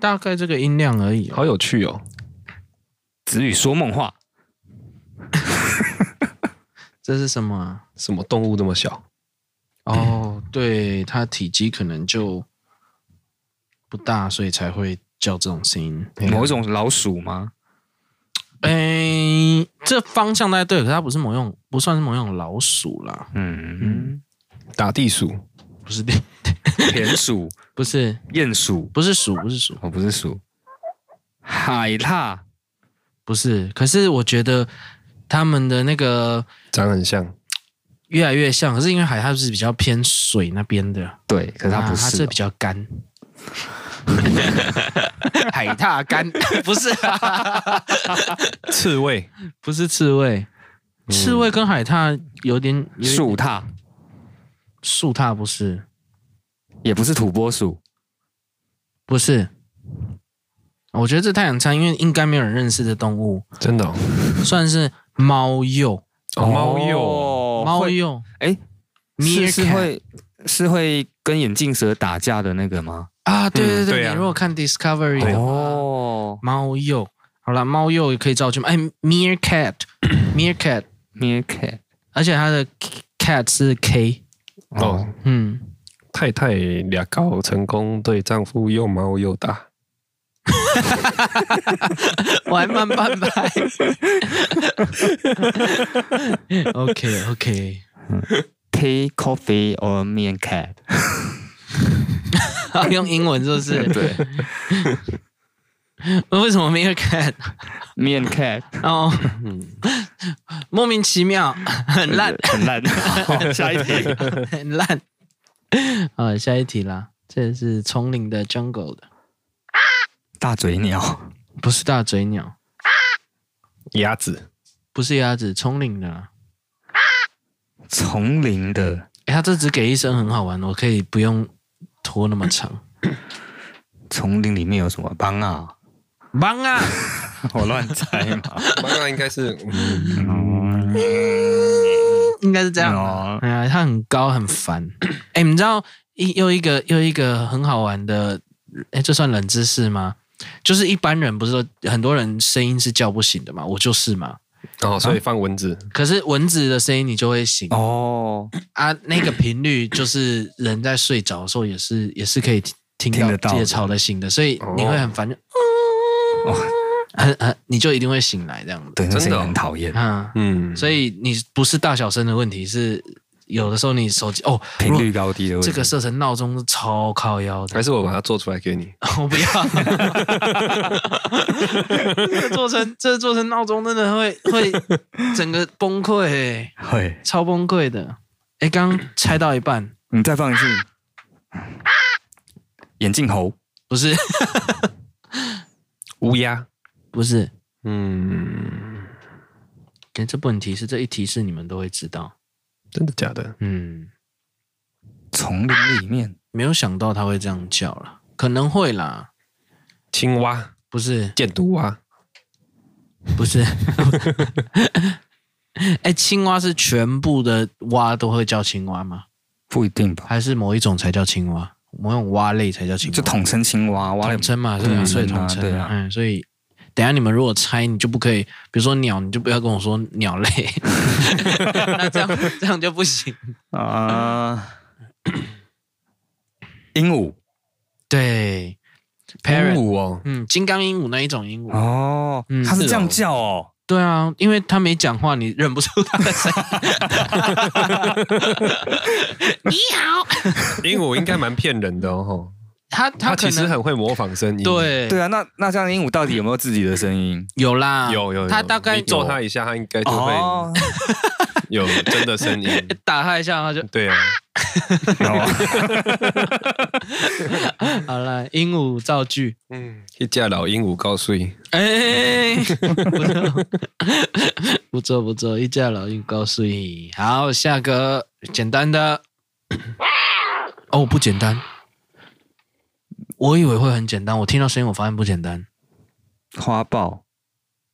Speaker 2: 大概这个音量而已、哦。
Speaker 3: 好有趣哦！
Speaker 1: 子语说梦话，
Speaker 2: 这是什么、啊？
Speaker 3: 什么动物这么小？
Speaker 2: 哦，对，它体积可能就不大，所以才会叫这种声音。
Speaker 1: 某一种老鼠吗？
Speaker 2: 诶，哎这方向大概对，可是它不是某种，不算是某种老鼠啦，
Speaker 1: 嗯，
Speaker 3: 打地鼠、
Speaker 2: 不是
Speaker 1: 田鼠、
Speaker 2: 不是
Speaker 1: 鼹鼠，
Speaker 2: 不是鼠，不是鼠，
Speaker 1: 哦，不是鼠，海獭，
Speaker 2: 不是。可是我觉得他们的那个
Speaker 3: 长很像，
Speaker 2: 越来越像，可是因为海它是比较偏水那边的，
Speaker 1: 对，可是它
Speaker 2: 啊
Speaker 1: 不
Speaker 2: 它
Speaker 1: 是
Speaker 2: 是
Speaker 1: 哦
Speaker 2: 比较干。
Speaker 1: 海獭干，
Speaker 2: 不 是、啊，
Speaker 3: 刺猬、
Speaker 2: 不是刺猬，刺猬跟海獭有点有点
Speaker 1: 嗯树獭
Speaker 2: 树獭不是，
Speaker 1: 也不是土拨鼠，
Speaker 2: 不是。我觉得这太阳差，因为应该没有人认识的动物，
Speaker 3: 真的哦。
Speaker 2: 算是猫鼬，
Speaker 3: 哦猫鼬
Speaker 1: 哦
Speaker 2: 猫
Speaker 1: 会
Speaker 2: 鼬，
Speaker 1: 哎，
Speaker 2: 你
Speaker 1: 是是会是会跟眼镜蛇打架的那个吗？
Speaker 2: 啊，对对
Speaker 3: 嗯对
Speaker 2: 对，
Speaker 3: 啊
Speaker 2: 你如果看 Discovery
Speaker 3: 对
Speaker 2: 的话，
Speaker 1: 哦
Speaker 2: 猫鼬，好了，猫鼬也可以造句嘛，哎，meerkat，meerkat，
Speaker 1: ，meerkat，
Speaker 2: 而且它的 cat 是 k，
Speaker 1: 哦，
Speaker 3: 哦，
Speaker 2: 嗯，
Speaker 3: 太太俩高成功对丈夫又毛又大，
Speaker 2: 我还慢半拍，OK OK，
Speaker 1: Tea, coffee or meerkat？
Speaker 2: 用英文是不是？
Speaker 1: 对
Speaker 2: 为什么 meerkat？
Speaker 1: ，meerkat
Speaker 2: 哦，莫名其妙，很烂，
Speaker 1: 很烂。好下一题，
Speaker 2: 很烂。好，下一题啦，这是丛林的 jungle 的，
Speaker 1: 大嘴鸟，
Speaker 2: 不是大嘴鸟，
Speaker 3: 鸭子、
Speaker 2: 不是鸭子，丛林的啦。
Speaker 1: 丛林的
Speaker 2: 诶哎他这只给一声很好玩，我可以不用拖那么长。
Speaker 1: 丛林里面有什么帮啊？
Speaker 2: 忙啊！
Speaker 1: 我乱猜嘛。
Speaker 3: 刚刚应该是嗯
Speaker 2: 应该是这样
Speaker 1: 哦
Speaker 2: 的。哎呀，它很高，很烦。哎，你知道一又一个又一个很好玩的，哎，这算冷知识吗？就是一般人不是说很多人声音是叫不醒的嘛，我就是嘛。
Speaker 3: 哦，所以放蚊子
Speaker 2: 可是蚊子的声音你就会醒
Speaker 1: 哦，
Speaker 2: 啊，那个频率就是人在睡着的时候也是也是可以听
Speaker 1: 听得
Speaker 2: 听
Speaker 1: 到
Speaker 2: 到
Speaker 1: 的
Speaker 2: 也吵得醒的，所以你会很烦，就嗯
Speaker 1: 哦
Speaker 2: 很很你就一定会醒来这样子。
Speaker 1: 对，那声
Speaker 3: 真的
Speaker 1: 音
Speaker 3: 哦
Speaker 1: 很讨厌，
Speaker 2: 啊，
Speaker 3: 嗯，
Speaker 2: 所以你不是大小声的问题，是有的时候你手机哦，
Speaker 1: 频率高低的问题。
Speaker 2: 这个设成闹钟是超靠腰的，
Speaker 3: 还是我把它做出来给你。
Speaker 2: 我不要 做成这做成闹钟真的会会整个崩溃、欸，
Speaker 1: 会，
Speaker 2: 超崩溃的。哎，刚猜到一半，
Speaker 1: 你再放一次。眼镜猴，
Speaker 2: 不是
Speaker 3: 乌鸦，
Speaker 2: 不是，
Speaker 3: 嗯，
Speaker 2: 诶这不能提示，这一提示你们都会知道。
Speaker 3: 真的假的？
Speaker 2: 嗯，
Speaker 1: 丛林里面
Speaker 2: 没有想到他会这样叫了，可能会啦，
Speaker 3: 青蛙、
Speaker 2: 不是
Speaker 3: 箭毒蛙，
Speaker 2: 不是。 哎，青蛙是全部的蛙都会叫青蛙吗？
Speaker 1: 不一定吧？
Speaker 2: 还是某一种才叫青蛙，某种蛙类才叫青蛙，
Speaker 1: 就统称青蛙，蛙类
Speaker 2: 统称嘛，
Speaker 1: 对
Speaker 2: 对
Speaker 1: 啊
Speaker 2: 啊，所以
Speaker 1: 对啊
Speaker 2: 统称
Speaker 1: 对啊
Speaker 2: 嘛嗯，所以等一下你们如果猜，你就不可以，比如说鸟，你就不要跟我说鸟类， 那这样这样就不行。
Speaker 1: 啊，鹦鹉
Speaker 2: 对
Speaker 3: 鹦
Speaker 2: ，parrot，
Speaker 3: 鹉哦，
Speaker 2: 嗯，金刚鹦鹉那一种鹦鹉，
Speaker 1: 哦，
Speaker 2: 嗯
Speaker 1: 它是
Speaker 3: 是
Speaker 1: 这样
Speaker 3: 哦
Speaker 1: 叫哦，
Speaker 2: 对啊，因为他没讲话，你认不出他的声音。你 好，
Speaker 3: 鹦鹉应该蛮骗人的哦，吼
Speaker 2: 他
Speaker 3: 它
Speaker 2: 他可
Speaker 3: 其实
Speaker 2: 能
Speaker 3: 很会模仿声音。，
Speaker 2: 对
Speaker 1: 对啊，那那这样鹦鹉到底有没有自己的声 音？
Speaker 2: 有啦，
Speaker 3: 有有有，
Speaker 2: 他啊大概哦
Speaker 3: 你揍
Speaker 2: 有
Speaker 3: 它一下，它应该就会， 有真的声音。
Speaker 2: 打他一下，他就
Speaker 3: 对啊，
Speaker 2: 好了。鹦鹉造句，
Speaker 3: 嗯，一架老鹦鹉告诉你，
Speaker 2: 哎、不
Speaker 3: 嗯
Speaker 2: 错， 不错，不错，一架老鹰告诉你。好，下个简单的，哦，不简单。我以为会很简单，我听到声音，我发现不简单。
Speaker 1: 花豹、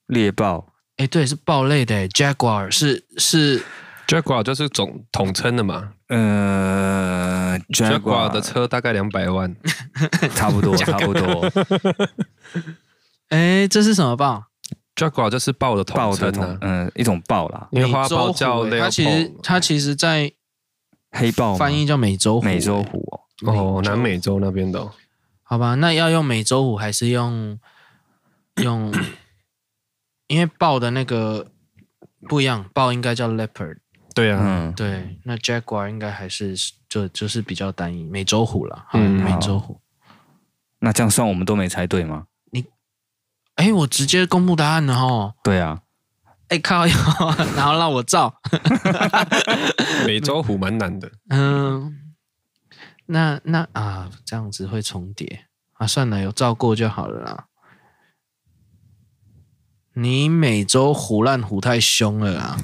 Speaker 1: 猎豹，
Speaker 2: 哎，对，是豹类的，jaguar 是是
Speaker 3: Jaguar 就是总统称的嘛
Speaker 1: 呃
Speaker 3: ，Jaguar 的车大概两百万，
Speaker 1: 差不 多，差不多，
Speaker 2: 哎，这是什么豹？
Speaker 3: Jaguar 就是豹的统
Speaker 1: 豹
Speaker 3: 称
Speaker 1: 的同
Speaker 3: 啊，，
Speaker 1: 嗯，一种豹啦，
Speaker 3: 因为花
Speaker 2: 美洲
Speaker 3: 豹
Speaker 2: 虎
Speaker 3: 叫哦
Speaker 2: 诶
Speaker 3: l
Speaker 2: 它其实它其实在
Speaker 1: 黑豹吗
Speaker 2: 翻译叫美洲虎。
Speaker 1: 美洲
Speaker 2: 诶
Speaker 1: 虎哦，
Speaker 3: 哦，南美洲那边的哦
Speaker 2: 好吧，那要用美洲虎还是用用？因为豹的那个不一样，豹应该叫 leopard，
Speaker 3: 对啊，
Speaker 1: 嗯，
Speaker 2: 对，那 jaguar 应该还是就就是比较单一，美洲虎啦，嗯，
Speaker 3: 嗯
Speaker 2: 美洲虎。
Speaker 1: 那这样算我们都没猜对吗？
Speaker 2: 哎，我直接公布答案了哈！
Speaker 1: 对啊，
Speaker 2: 哎靠， 然后让我照，
Speaker 3: 美洲虎蛮难的，
Speaker 2: 嗯，那那啊，这样子会重叠啊，算了，有照过就好了啦。你每周胡乱胡太凶了 啊！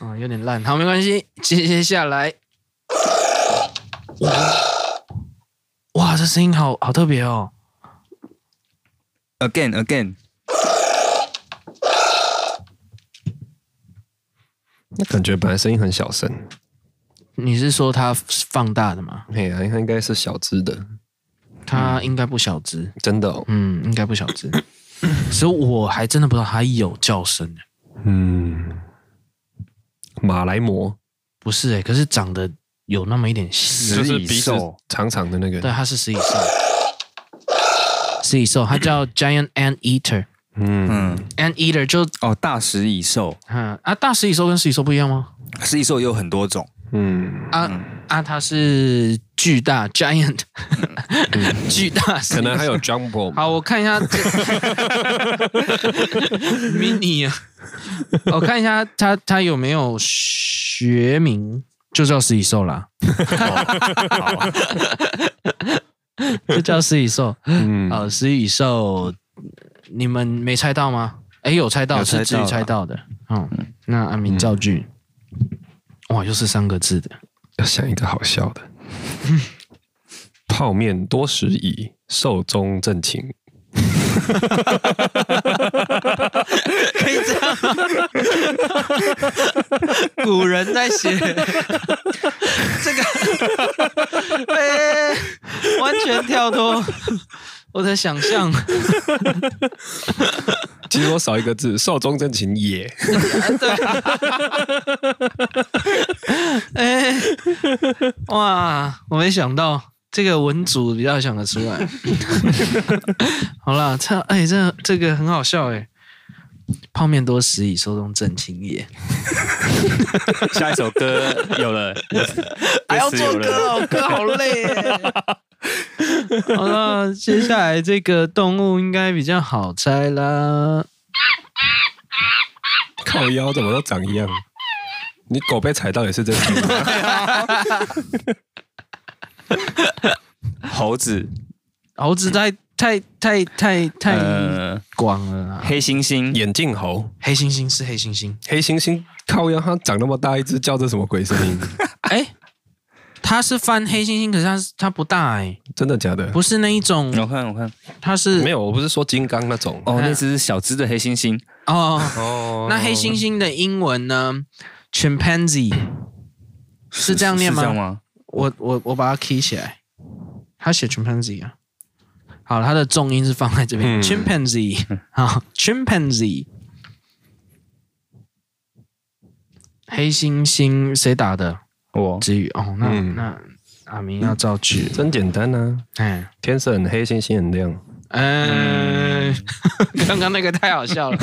Speaker 2: 啊，有点烂，好，没关系。接接下来，哇，这声音好好特别哦！
Speaker 1: again again，
Speaker 3: 那感觉本来声音很小声，
Speaker 2: 你是说它放大的吗？
Speaker 3: 哎呀，它应该是小只的，
Speaker 2: 它应该不小只，
Speaker 3: 真的哦，
Speaker 2: 嗯，应该不小只。 所以我还真的不知道它有叫声。
Speaker 3: 嗯，马来貘
Speaker 2: 不是哎、可是长得有那么一点像。
Speaker 3: 就是
Speaker 1: 食蚁
Speaker 3: 鼻子
Speaker 1: 兽
Speaker 3: 长长的那
Speaker 2: 对，
Speaker 3: 个，
Speaker 2: 它是食蚁兽，食蚁兽，它 叫 giant ant eater，ant
Speaker 3: 嗯，
Speaker 1: 嗯，
Speaker 2: eater 就
Speaker 1: 哦，大食蚁兽，
Speaker 2: 嗯啊，大食蚁兽跟食蚁兽不一样吗？
Speaker 1: 食蚁兽也有很多种，
Speaker 3: 嗯，
Speaker 2: 啊、啊，它是巨大 giant，、巨 大食蚁兽，
Speaker 3: 可能还有 Jumbo，
Speaker 2: 好，我看一下这 mini 啊，我看一下它它有没有学名，就叫食蚁兽啦，就叫食蚁兽。
Speaker 3: 嗯，
Speaker 2: 呃，食蚁兽，你们没猜到吗？哎，有猜到，
Speaker 1: 有猜
Speaker 2: 是自己
Speaker 1: 到
Speaker 2: 猜
Speaker 1: 啦
Speaker 2: 到的。嗯，那阿明造句，哇，又是三个字的，
Speaker 3: 要想一个好笑的，泡面多食蚁，寿终正寝，
Speaker 2: 可以这样吗？古人在写这个， 哎，完全跳脱我的想象。
Speaker 3: 其实我少一个字，寿终正寝也，
Speaker 2: 对，哎、哇，我没想到这个文组比较想得出来。 好啦，这哎、这这个很好笑哎、泡面多时已，寿终正寝也。
Speaker 1: 下一首歌有了，
Speaker 2: 还要
Speaker 1: 歌词
Speaker 2: 做
Speaker 1: 有
Speaker 2: 歌
Speaker 1: 了
Speaker 2: 哦，歌好累哎。好了，接下来这个动物应该比较好猜啦。
Speaker 3: 靠腰怎么都长一样。你狗被踩到也是这样，
Speaker 1: 猴子，
Speaker 2: 猴子太太太太太
Speaker 1: 呃，
Speaker 2: 广了啦。
Speaker 1: 黑猩猩，
Speaker 3: 眼镜猴、
Speaker 2: 黑猩猩是黑猩猩，
Speaker 3: 黑猩猩，靠腰它长那么大一只，叫这什么鬼声音？
Speaker 2: 哎，它是翻黑猩猩，可是它是它不大哎，
Speaker 3: 真的假的？
Speaker 2: 不是那一种，
Speaker 1: 我看我看，
Speaker 2: 它是
Speaker 3: 没有，我不是说金刚那种
Speaker 1: 哦，那只是小只的黑猩猩，
Speaker 2: 哦。
Speaker 3: 哦
Speaker 2: 那黑猩猩的英文呢？chimpanzee 是这样念
Speaker 1: 是这样
Speaker 2: 吗？
Speaker 1: 吗？
Speaker 2: 我我我把它 key 起来，它写 chimpanzee 啊。好，它的重音是放在这边
Speaker 3: 嗯
Speaker 2: ，chimpanzee 啊，chimpanzee。黑猩猩谁打的？
Speaker 1: 我
Speaker 2: 子宇哦，那、
Speaker 3: 嗯
Speaker 2: 那阿明要造句，
Speaker 3: 真简单啊，
Speaker 2: 哎
Speaker 3: 天色很黑，星星很亮。
Speaker 2: 哎、对， 刚刚那个太好笑了。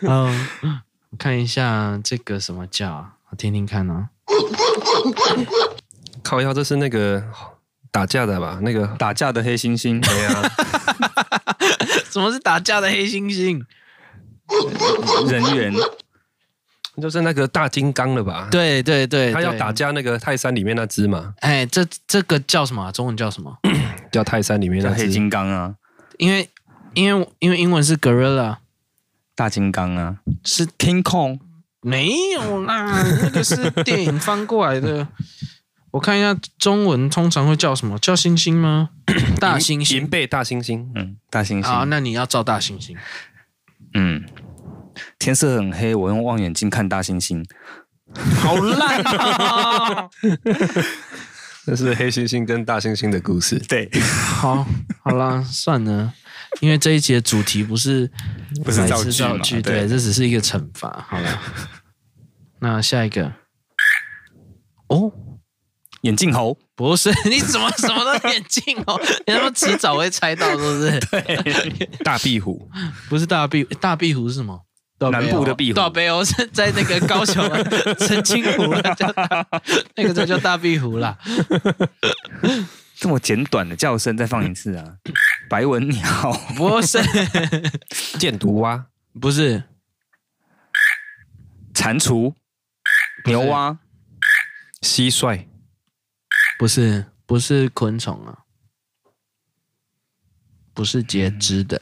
Speaker 2: 嗯，我看一下这个什么叫啊，我听听看啊。
Speaker 3: 靠腰，这是那个打架的吧？那个
Speaker 1: 打架的黑猩猩，
Speaker 3: 对啊呀、
Speaker 2: 什么是打架的黑猩猩？
Speaker 1: 人猿
Speaker 3: 就是那个大金刚了吧？，
Speaker 2: 对对对，
Speaker 3: 他要
Speaker 2: 对
Speaker 3: 打。架那个泰山里面那只嘛，
Speaker 2: 哎，这这个叫什么啊、中文叫什么？
Speaker 3: 叫泰山里面
Speaker 1: 叫
Speaker 3: 那
Speaker 1: 黑
Speaker 3: 只。
Speaker 1: 金刚啊，
Speaker 2: 因为因为因为英文是 gorilla，
Speaker 1: 大金刚啊，
Speaker 2: 是
Speaker 1: King Kong，
Speaker 2: 没有啦，那个是电影翻过来的。我看一下中文通常会叫什么？叫猩猩吗？大猩
Speaker 3: 银
Speaker 2: 猩。
Speaker 3: 背大猩猩，
Speaker 1: 嗯，大猩
Speaker 2: 好，
Speaker 1: 猩，
Speaker 2: 啊那你要照大猩猩。
Speaker 1: 嗯，天色很黑，我用望远镜看大猩猩，
Speaker 2: 好烂啊！
Speaker 3: 这是黑猩猩跟大猩猩的故事，
Speaker 1: 对，
Speaker 2: 好，好啦，算了，因为这一集的主题不是
Speaker 1: 不是
Speaker 2: 白
Speaker 1: 造
Speaker 2: 痴
Speaker 1: 句嘛
Speaker 2: 句，
Speaker 1: 对
Speaker 2: 对，这只是一个惩罚。好了，那下一个
Speaker 1: 哦， 眼镜猴，
Speaker 2: 不是？ 你怎么什么都眼镜哦？ 你他妈迟早会猜到，是不是？
Speaker 3: 大壁虎，
Speaker 2: 不是大壁大壁虎是什么？
Speaker 1: 南部的壁虎
Speaker 2: 大北欧是在那个高雄啊 澄清湖了，叫大那个就叫大壁虎啦。
Speaker 1: 这么简短的叫声，再放一次啊，白文鸟，
Speaker 2: 不是，
Speaker 3: 箭毒蛙，
Speaker 2: 不是
Speaker 1: 蟾蜍，
Speaker 2: 是
Speaker 1: 牛蛙，
Speaker 3: 蟋蟀，
Speaker 2: 不是不是昆虫啊，不是节肢的。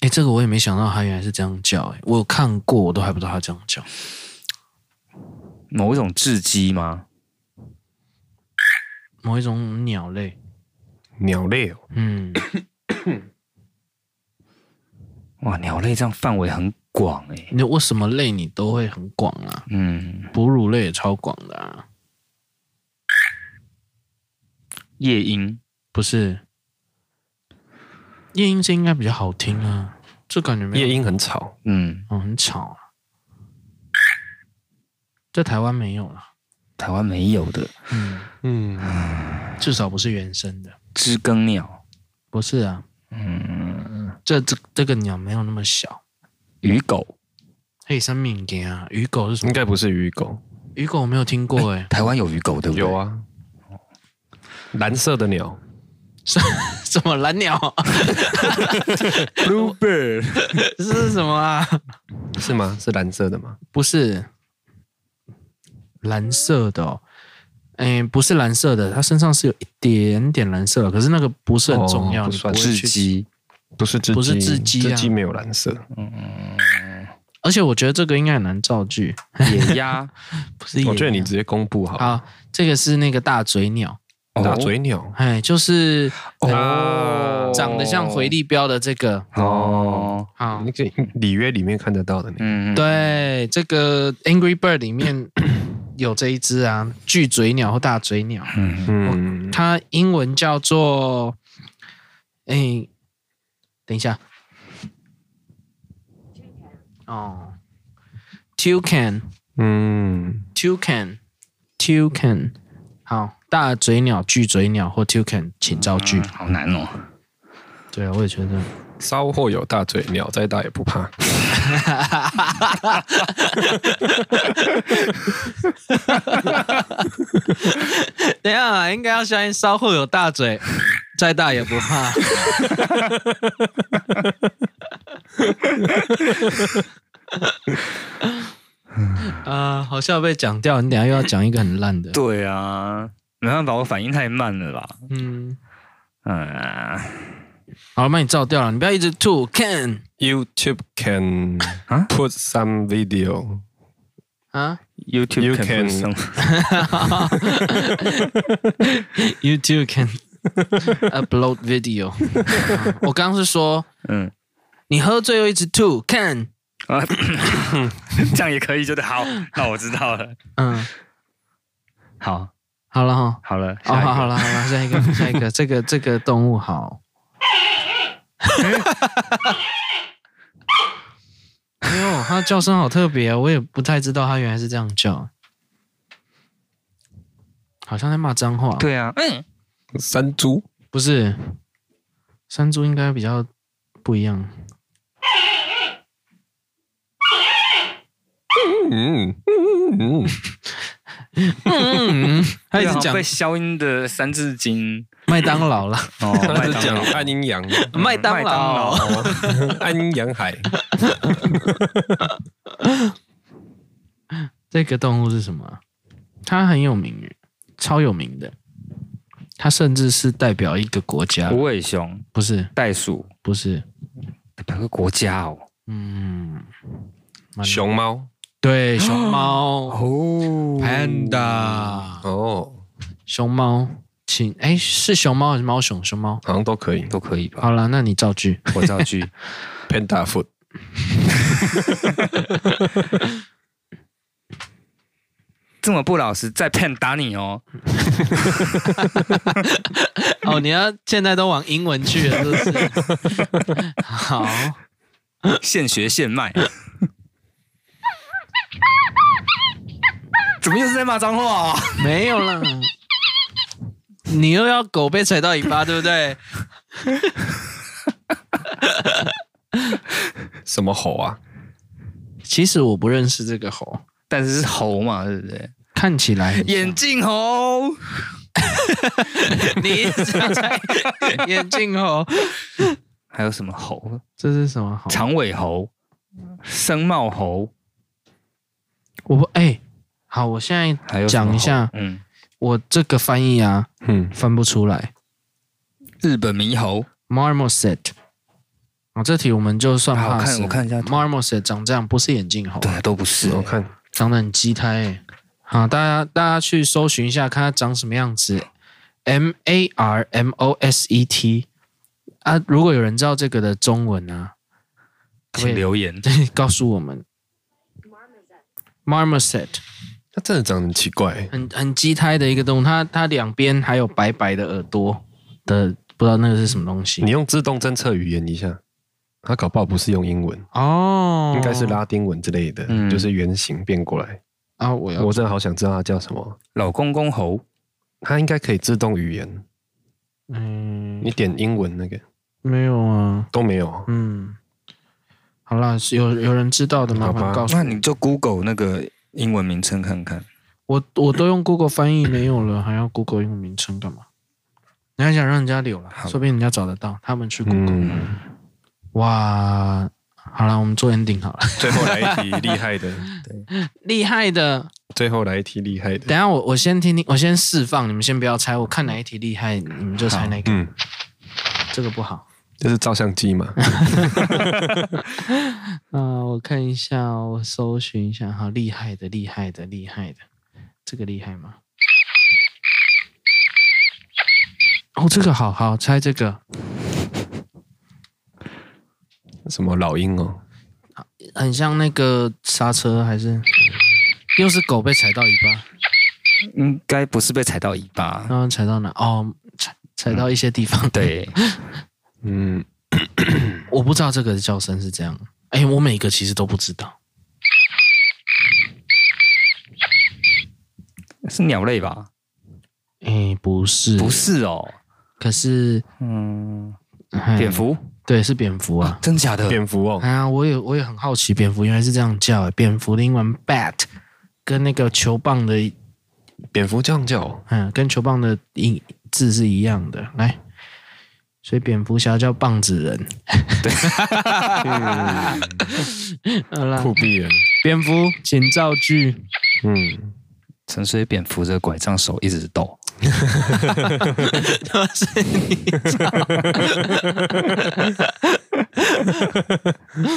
Speaker 2: 哎、这个我也没想到，它原来是这样叫、诶我有看过，我都还不知道它这样叫。
Speaker 1: 某一种雉鸡吗？
Speaker 2: 某一种鸟类，
Speaker 3: 鸟类哦，
Speaker 2: 嗯，
Speaker 1: 哇，鸟类这样范围很广哎、
Speaker 2: 你我什么类你都会很广啊，
Speaker 1: 嗯，
Speaker 2: 哺乳类也超广的啊，
Speaker 1: 夜莺，
Speaker 2: 不是？夜莺这应该比较好听啊，这感觉没有
Speaker 3: 夜莺很吵，
Speaker 1: 嗯，
Speaker 2: 哦，很吵啊，在台湾没有了，
Speaker 1: 台湾没有的，
Speaker 2: 嗯，
Speaker 3: 嗯，
Speaker 2: 至少不是原生的。
Speaker 1: 知更鸟，
Speaker 2: 不是啊，
Speaker 1: 嗯，
Speaker 2: 这这这个鸟没有那么小。
Speaker 1: 鱼狗，
Speaker 2: 嘿，三命给啊，鱼狗是什
Speaker 3: 应
Speaker 2: 么？
Speaker 3: 该不是鱼狗，
Speaker 2: 鱼狗我没有听过 哎、
Speaker 1: 台湾有鱼狗对不对？
Speaker 3: 有，啊，蓝色的鸟
Speaker 2: 什么蓝鸟？
Speaker 1: Bluebird
Speaker 2: 这是什么啊？
Speaker 3: 是吗？是蓝色的吗？
Speaker 2: 不是蓝色的哦，哎，不是蓝色的，它身上是有一点点蓝色的，可是那个不是很重要，
Speaker 3: 哦不
Speaker 2: 你不
Speaker 3: 算
Speaker 2: 会
Speaker 1: 雉
Speaker 2: 去。
Speaker 1: 鸡，
Speaker 3: 不是雉
Speaker 2: 不是雉鸡
Speaker 3: 鸡，
Speaker 2: 啊
Speaker 3: 雉鸡没有蓝色，
Speaker 2: 而且我觉得这个应该很难造句，
Speaker 1: 野 鸭，
Speaker 2: 不是野
Speaker 3: 我觉得你
Speaker 2: 鸟
Speaker 3: 直接公布好了。
Speaker 2: 好，这个是那个大嘴鸟，
Speaker 3: 大嘴鸟，
Speaker 2: 哎，就是
Speaker 3: 啊
Speaker 2: 哦长得像回力镖的这个，
Speaker 1: 哦，
Speaker 2: 好
Speaker 3: 那，个里约里面看得到的那个，
Speaker 1: 嗯，
Speaker 2: 对，这个 Angry Bird 里 面有这一只啊，巨嘴鸟或大嘴鸟，
Speaker 1: 嗯，
Speaker 3: 嗯，
Speaker 2: 它英文叫做，哎，等一下，哦，Toucan，Toucan，Toucan，
Speaker 3: 嗯，
Speaker 2: 好，大嘴鸟、巨嘴鸟或 Toucan，请造句。
Speaker 1: 好难哦，
Speaker 2: 对啊，我也觉得，
Speaker 3: 稍后有大嘴鸟，再大也不怕。
Speaker 2: 等一下啊应该要相信稍后有大嘴，再大也不怕。 啊、好像被讲掉，你等一下又要讲一个很烂的。
Speaker 1: 对啊，没办法，我反应太慢了啦，
Speaker 2: 嗯，
Speaker 1: 嗯，
Speaker 2: 好了，把你照掉了，你不要一直吐。Can
Speaker 3: YouTube can
Speaker 1: 啊
Speaker 3: put some video，
Speaker 2: 啊
Speaker 1: YouTube
Speaker 3: You
Speaker 1: can
Speaker 3: can-
Speaker 1: put some-
Speaker 2: ，You too can upload video 啊。我刚刚是说，
Speaker 1: 嗯
Speaker 2: 你喝醉又一直吐。Can
Speaker 1: 啊，这样也可以，就对，好，那我知道了，
Speaker 2: 嗯，
Speaker 1: 好，
Speaker 2: 好了哈。
Speaker 1: 好了，
Speaker 2: 哦，
Speaker 1: 下一个
Speaker 2: 好好了，好了，下一 个，下一个，这个这个动物好。 哎呦，它叫声好特别、哦，我也不太知道它原来是这样叫，好像在骂脏话。，
Speaker 1: 对啊，嗯，
Speaker 3: 山猪
Speaker 2: 不是，山猪应该比较不一样。
Speaker 3: 嗯嗯嗯，
Speaker 2: 嗯，他一
Speaker 1: 对
Speaker 2: 直
Speaker 1: 啊
Speaker 2: 讲
Speaker 1: 被消音的《三字经
Speaker 2: 麦当劳啦，》
Speaker 1: 哦，
Speaker 3: 他
Speaker 1: 麦
Speaker 3: 是
Speaker 1: 当
Speaker 3: 讲
Speaker 1: 劳
Speaker 3: 暗阴阳，
Speaker 1: 嗯
Speaker 2: 麦当劳
Speaker 1: 麦当劳
Speaker 3: 暗阴哦阳海，
Speaker 2: 这个动物是什么啊？它很有名，超有名的。它甚至是代表一个国家，
Speaker 1: 无尾熊、
Speaker 2: 不是，
Speaker 1: 袋鼠，
Speaker 2: 不是，
Speaker 1: 代表个国家哦。
Speaker 2: 嗯，蛮
Speaker 3: 熊猫
Speaker 2: 对熊 猫
Speaker 1: 哦
Speaker 2: ，panda，
Speaker 3: 哦，
Speaker 2: 熊猫，请哎是熊猫还是猫熊？熊猫。
Speaker 3: 好像都可以。
Speaker 1: 都可以吧？
Speaker 2: 好了，那你造句。
Speaker 1: 我造句，
Speaker 3: Panda food，
Speaker 1: 这么不老实，再骗打你哦！
Speaker 2: 哦，你要现在都往英文去了，是不是？ 好，
Speaker 1: 现学现 卖。怎么又是在骂脏话、啊？
Speaker 2: 没有啦。你又要狗被踩到尾巴，对不对？
Speaker 3: 什么猴啊？
Speaker 2: 其实我不认识这个猴，
Speaker 1: 但是是猴嘛，对不对？
Speaker 2: 看起来很像
Speaker 1: 眼镜猴，
Speaker 2: 你一直 在眼镜猴，
Speaker 1: 还有什么猴？
Speaker 2: 这是什么猴？
Speaker 1: 长尾猴、僧帽猴，
Speaker 2: 我不哎、好，我现在
Speaker 1: 还有什么
Speaker 2: 讲一
Speaker 1: 猴
Speaker 2: 下，
Speaker 1: 嗯，
Speaker 2: 我这个翻译啊
Speaker 3: 嗯，
Speaker 2: 翻不出来
Speaker 1: 日本猕猴，
Speaker 2: ，marmoset。哦，这题我们就算
Speaker 1: 啊
Speaker 2: pass
Speaker 1: 我看
Speaker 2: 了。
Speaker 1: 我看一下图
Speaker 2: marmoset 长这样，不是眼镜猴，
Speaker 1: 对，都不是、
Speaker 3: 我看
Speaker 2: 长得很鸡胎、欸。好，大家大家去搜寻一下，看它长什么样子。M A R M O S E T 啊，如果有人知道这个的中文啊，
Speaker 1: 请留言。
Speaker 2: 对， 告诉我们。Marmoset
Speaker 3: 它真的长得很奇怪，欸
Speaker 2: 很很畸胎的一个动物，它它两边还有白白的耳朵的，不知道那个是什么东西
Speaker 3: 你。用自动侦测语言一下，它搞不好不是用英文，
Speaker 2: 哦，
Speaker 3: 应该是拉丁文之类的，
Speaker 1: 嗯
Speaker 3: 就是原型变过来。
Speaker 2: 啊！我要
Speaker 3: 我真的好想知道它叫什么，
Speaker 1: 老公公猴，
Speaker 3: 它应该可以自动语言。
Speaker 2: 嗯
Speaker 3: 你，点英文那个
Speaker 2: 没有啊，
Speaker 3: 都没有，
Speaker 2: 嗯，好啦，是有有人知道的麻
Speaker 3: 好
Speaker 2: 烦
Speaker 3: 吧
Speaker 2: 告诉
Speaker 1: 那
Speaker 2: 我。
Speaker 1: 你就 Google 那个英文名称看 看。
Speaker 2: 我我都用 Google 翻译没有了，还 要 Google 英文名称干嘛？你还想让人家留了，
Speaker 1: 好
Speaker 2: 说不定人家找得到，他们去 Google。
Speaker 3: 嗯，
Speaker 2: 哇，好了，我们做 ending 好了。
Speaker 3: 最后来一题厉害的，
Speaker 2: 厉害的，
Speaker 3: 最后来一题厉害的，
Speaker 2: 等一下我我先听听，我先释放，你们先不要猜，我看哪一题厉害，你们就猜哪一个。
Speaker 3: 嗯，
Speaker 2: 这个不好。
Speaker 3: 这是照相机嘛，
Speaker 2: 啊、我看一下哦，我搜寻一下，好，厉害的，厉害的，厉害的，这个厉害吗？哦，这个好好猜这个，
Speaker 3: 什么老鹰哦，
Speaker 2: 很像那个刹车，还是又是狗被踩到尾巴，
Speaker 1: 应该不是被踩到尾巴。
Speaker 2: 然后踩到哪？哦，踩踩到一些地方。，
Speaker 1: 对，
Speaker 3: 嗯，
Speaker 2: 我不知道这个的叫声是这样。哎，我每个其实都不知道。
Speaker 1: 是鸟类吧？
Speaker 2: 哎，不是，
Speaker 1: 不，是哦，
Speaker 2: 可是
Speaker 1: 嗯，
Speaker 2: 哎
Speaker 1: 蝙蝠，
Speaker 2: 对，是蝙蝠啊。
Speaker 1: 真假的？
Speaker 3: 蝙蝠哦，
Speaker 2: 哎呀，我也我也很好奇，蝙蝠原来是这样叫哎。蝙蝠的英文 bat，跟那个球棒的，
Speaker 3: 蝙蝠这样叫哦，
Speaker 2: 嗯，跟球棒的音字是一样的。来，所以蝙蝠侠叫棒子人。好啦，
Speaker 3: 酷毙了，
Speaker 2: 蝙蝠，请造句。
Speaker 3: 嗯，
Speaker 1: 陈水扁扶着拐杖手一直抖。
Speaker 2: 都是你造。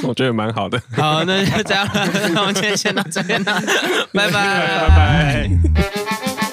Speaker 3: 我觉得蛮好的。
Speaker 2: 好，那就这样了，那我们今天先到这边 了，拜拜，拜
Speaker 3: 拜。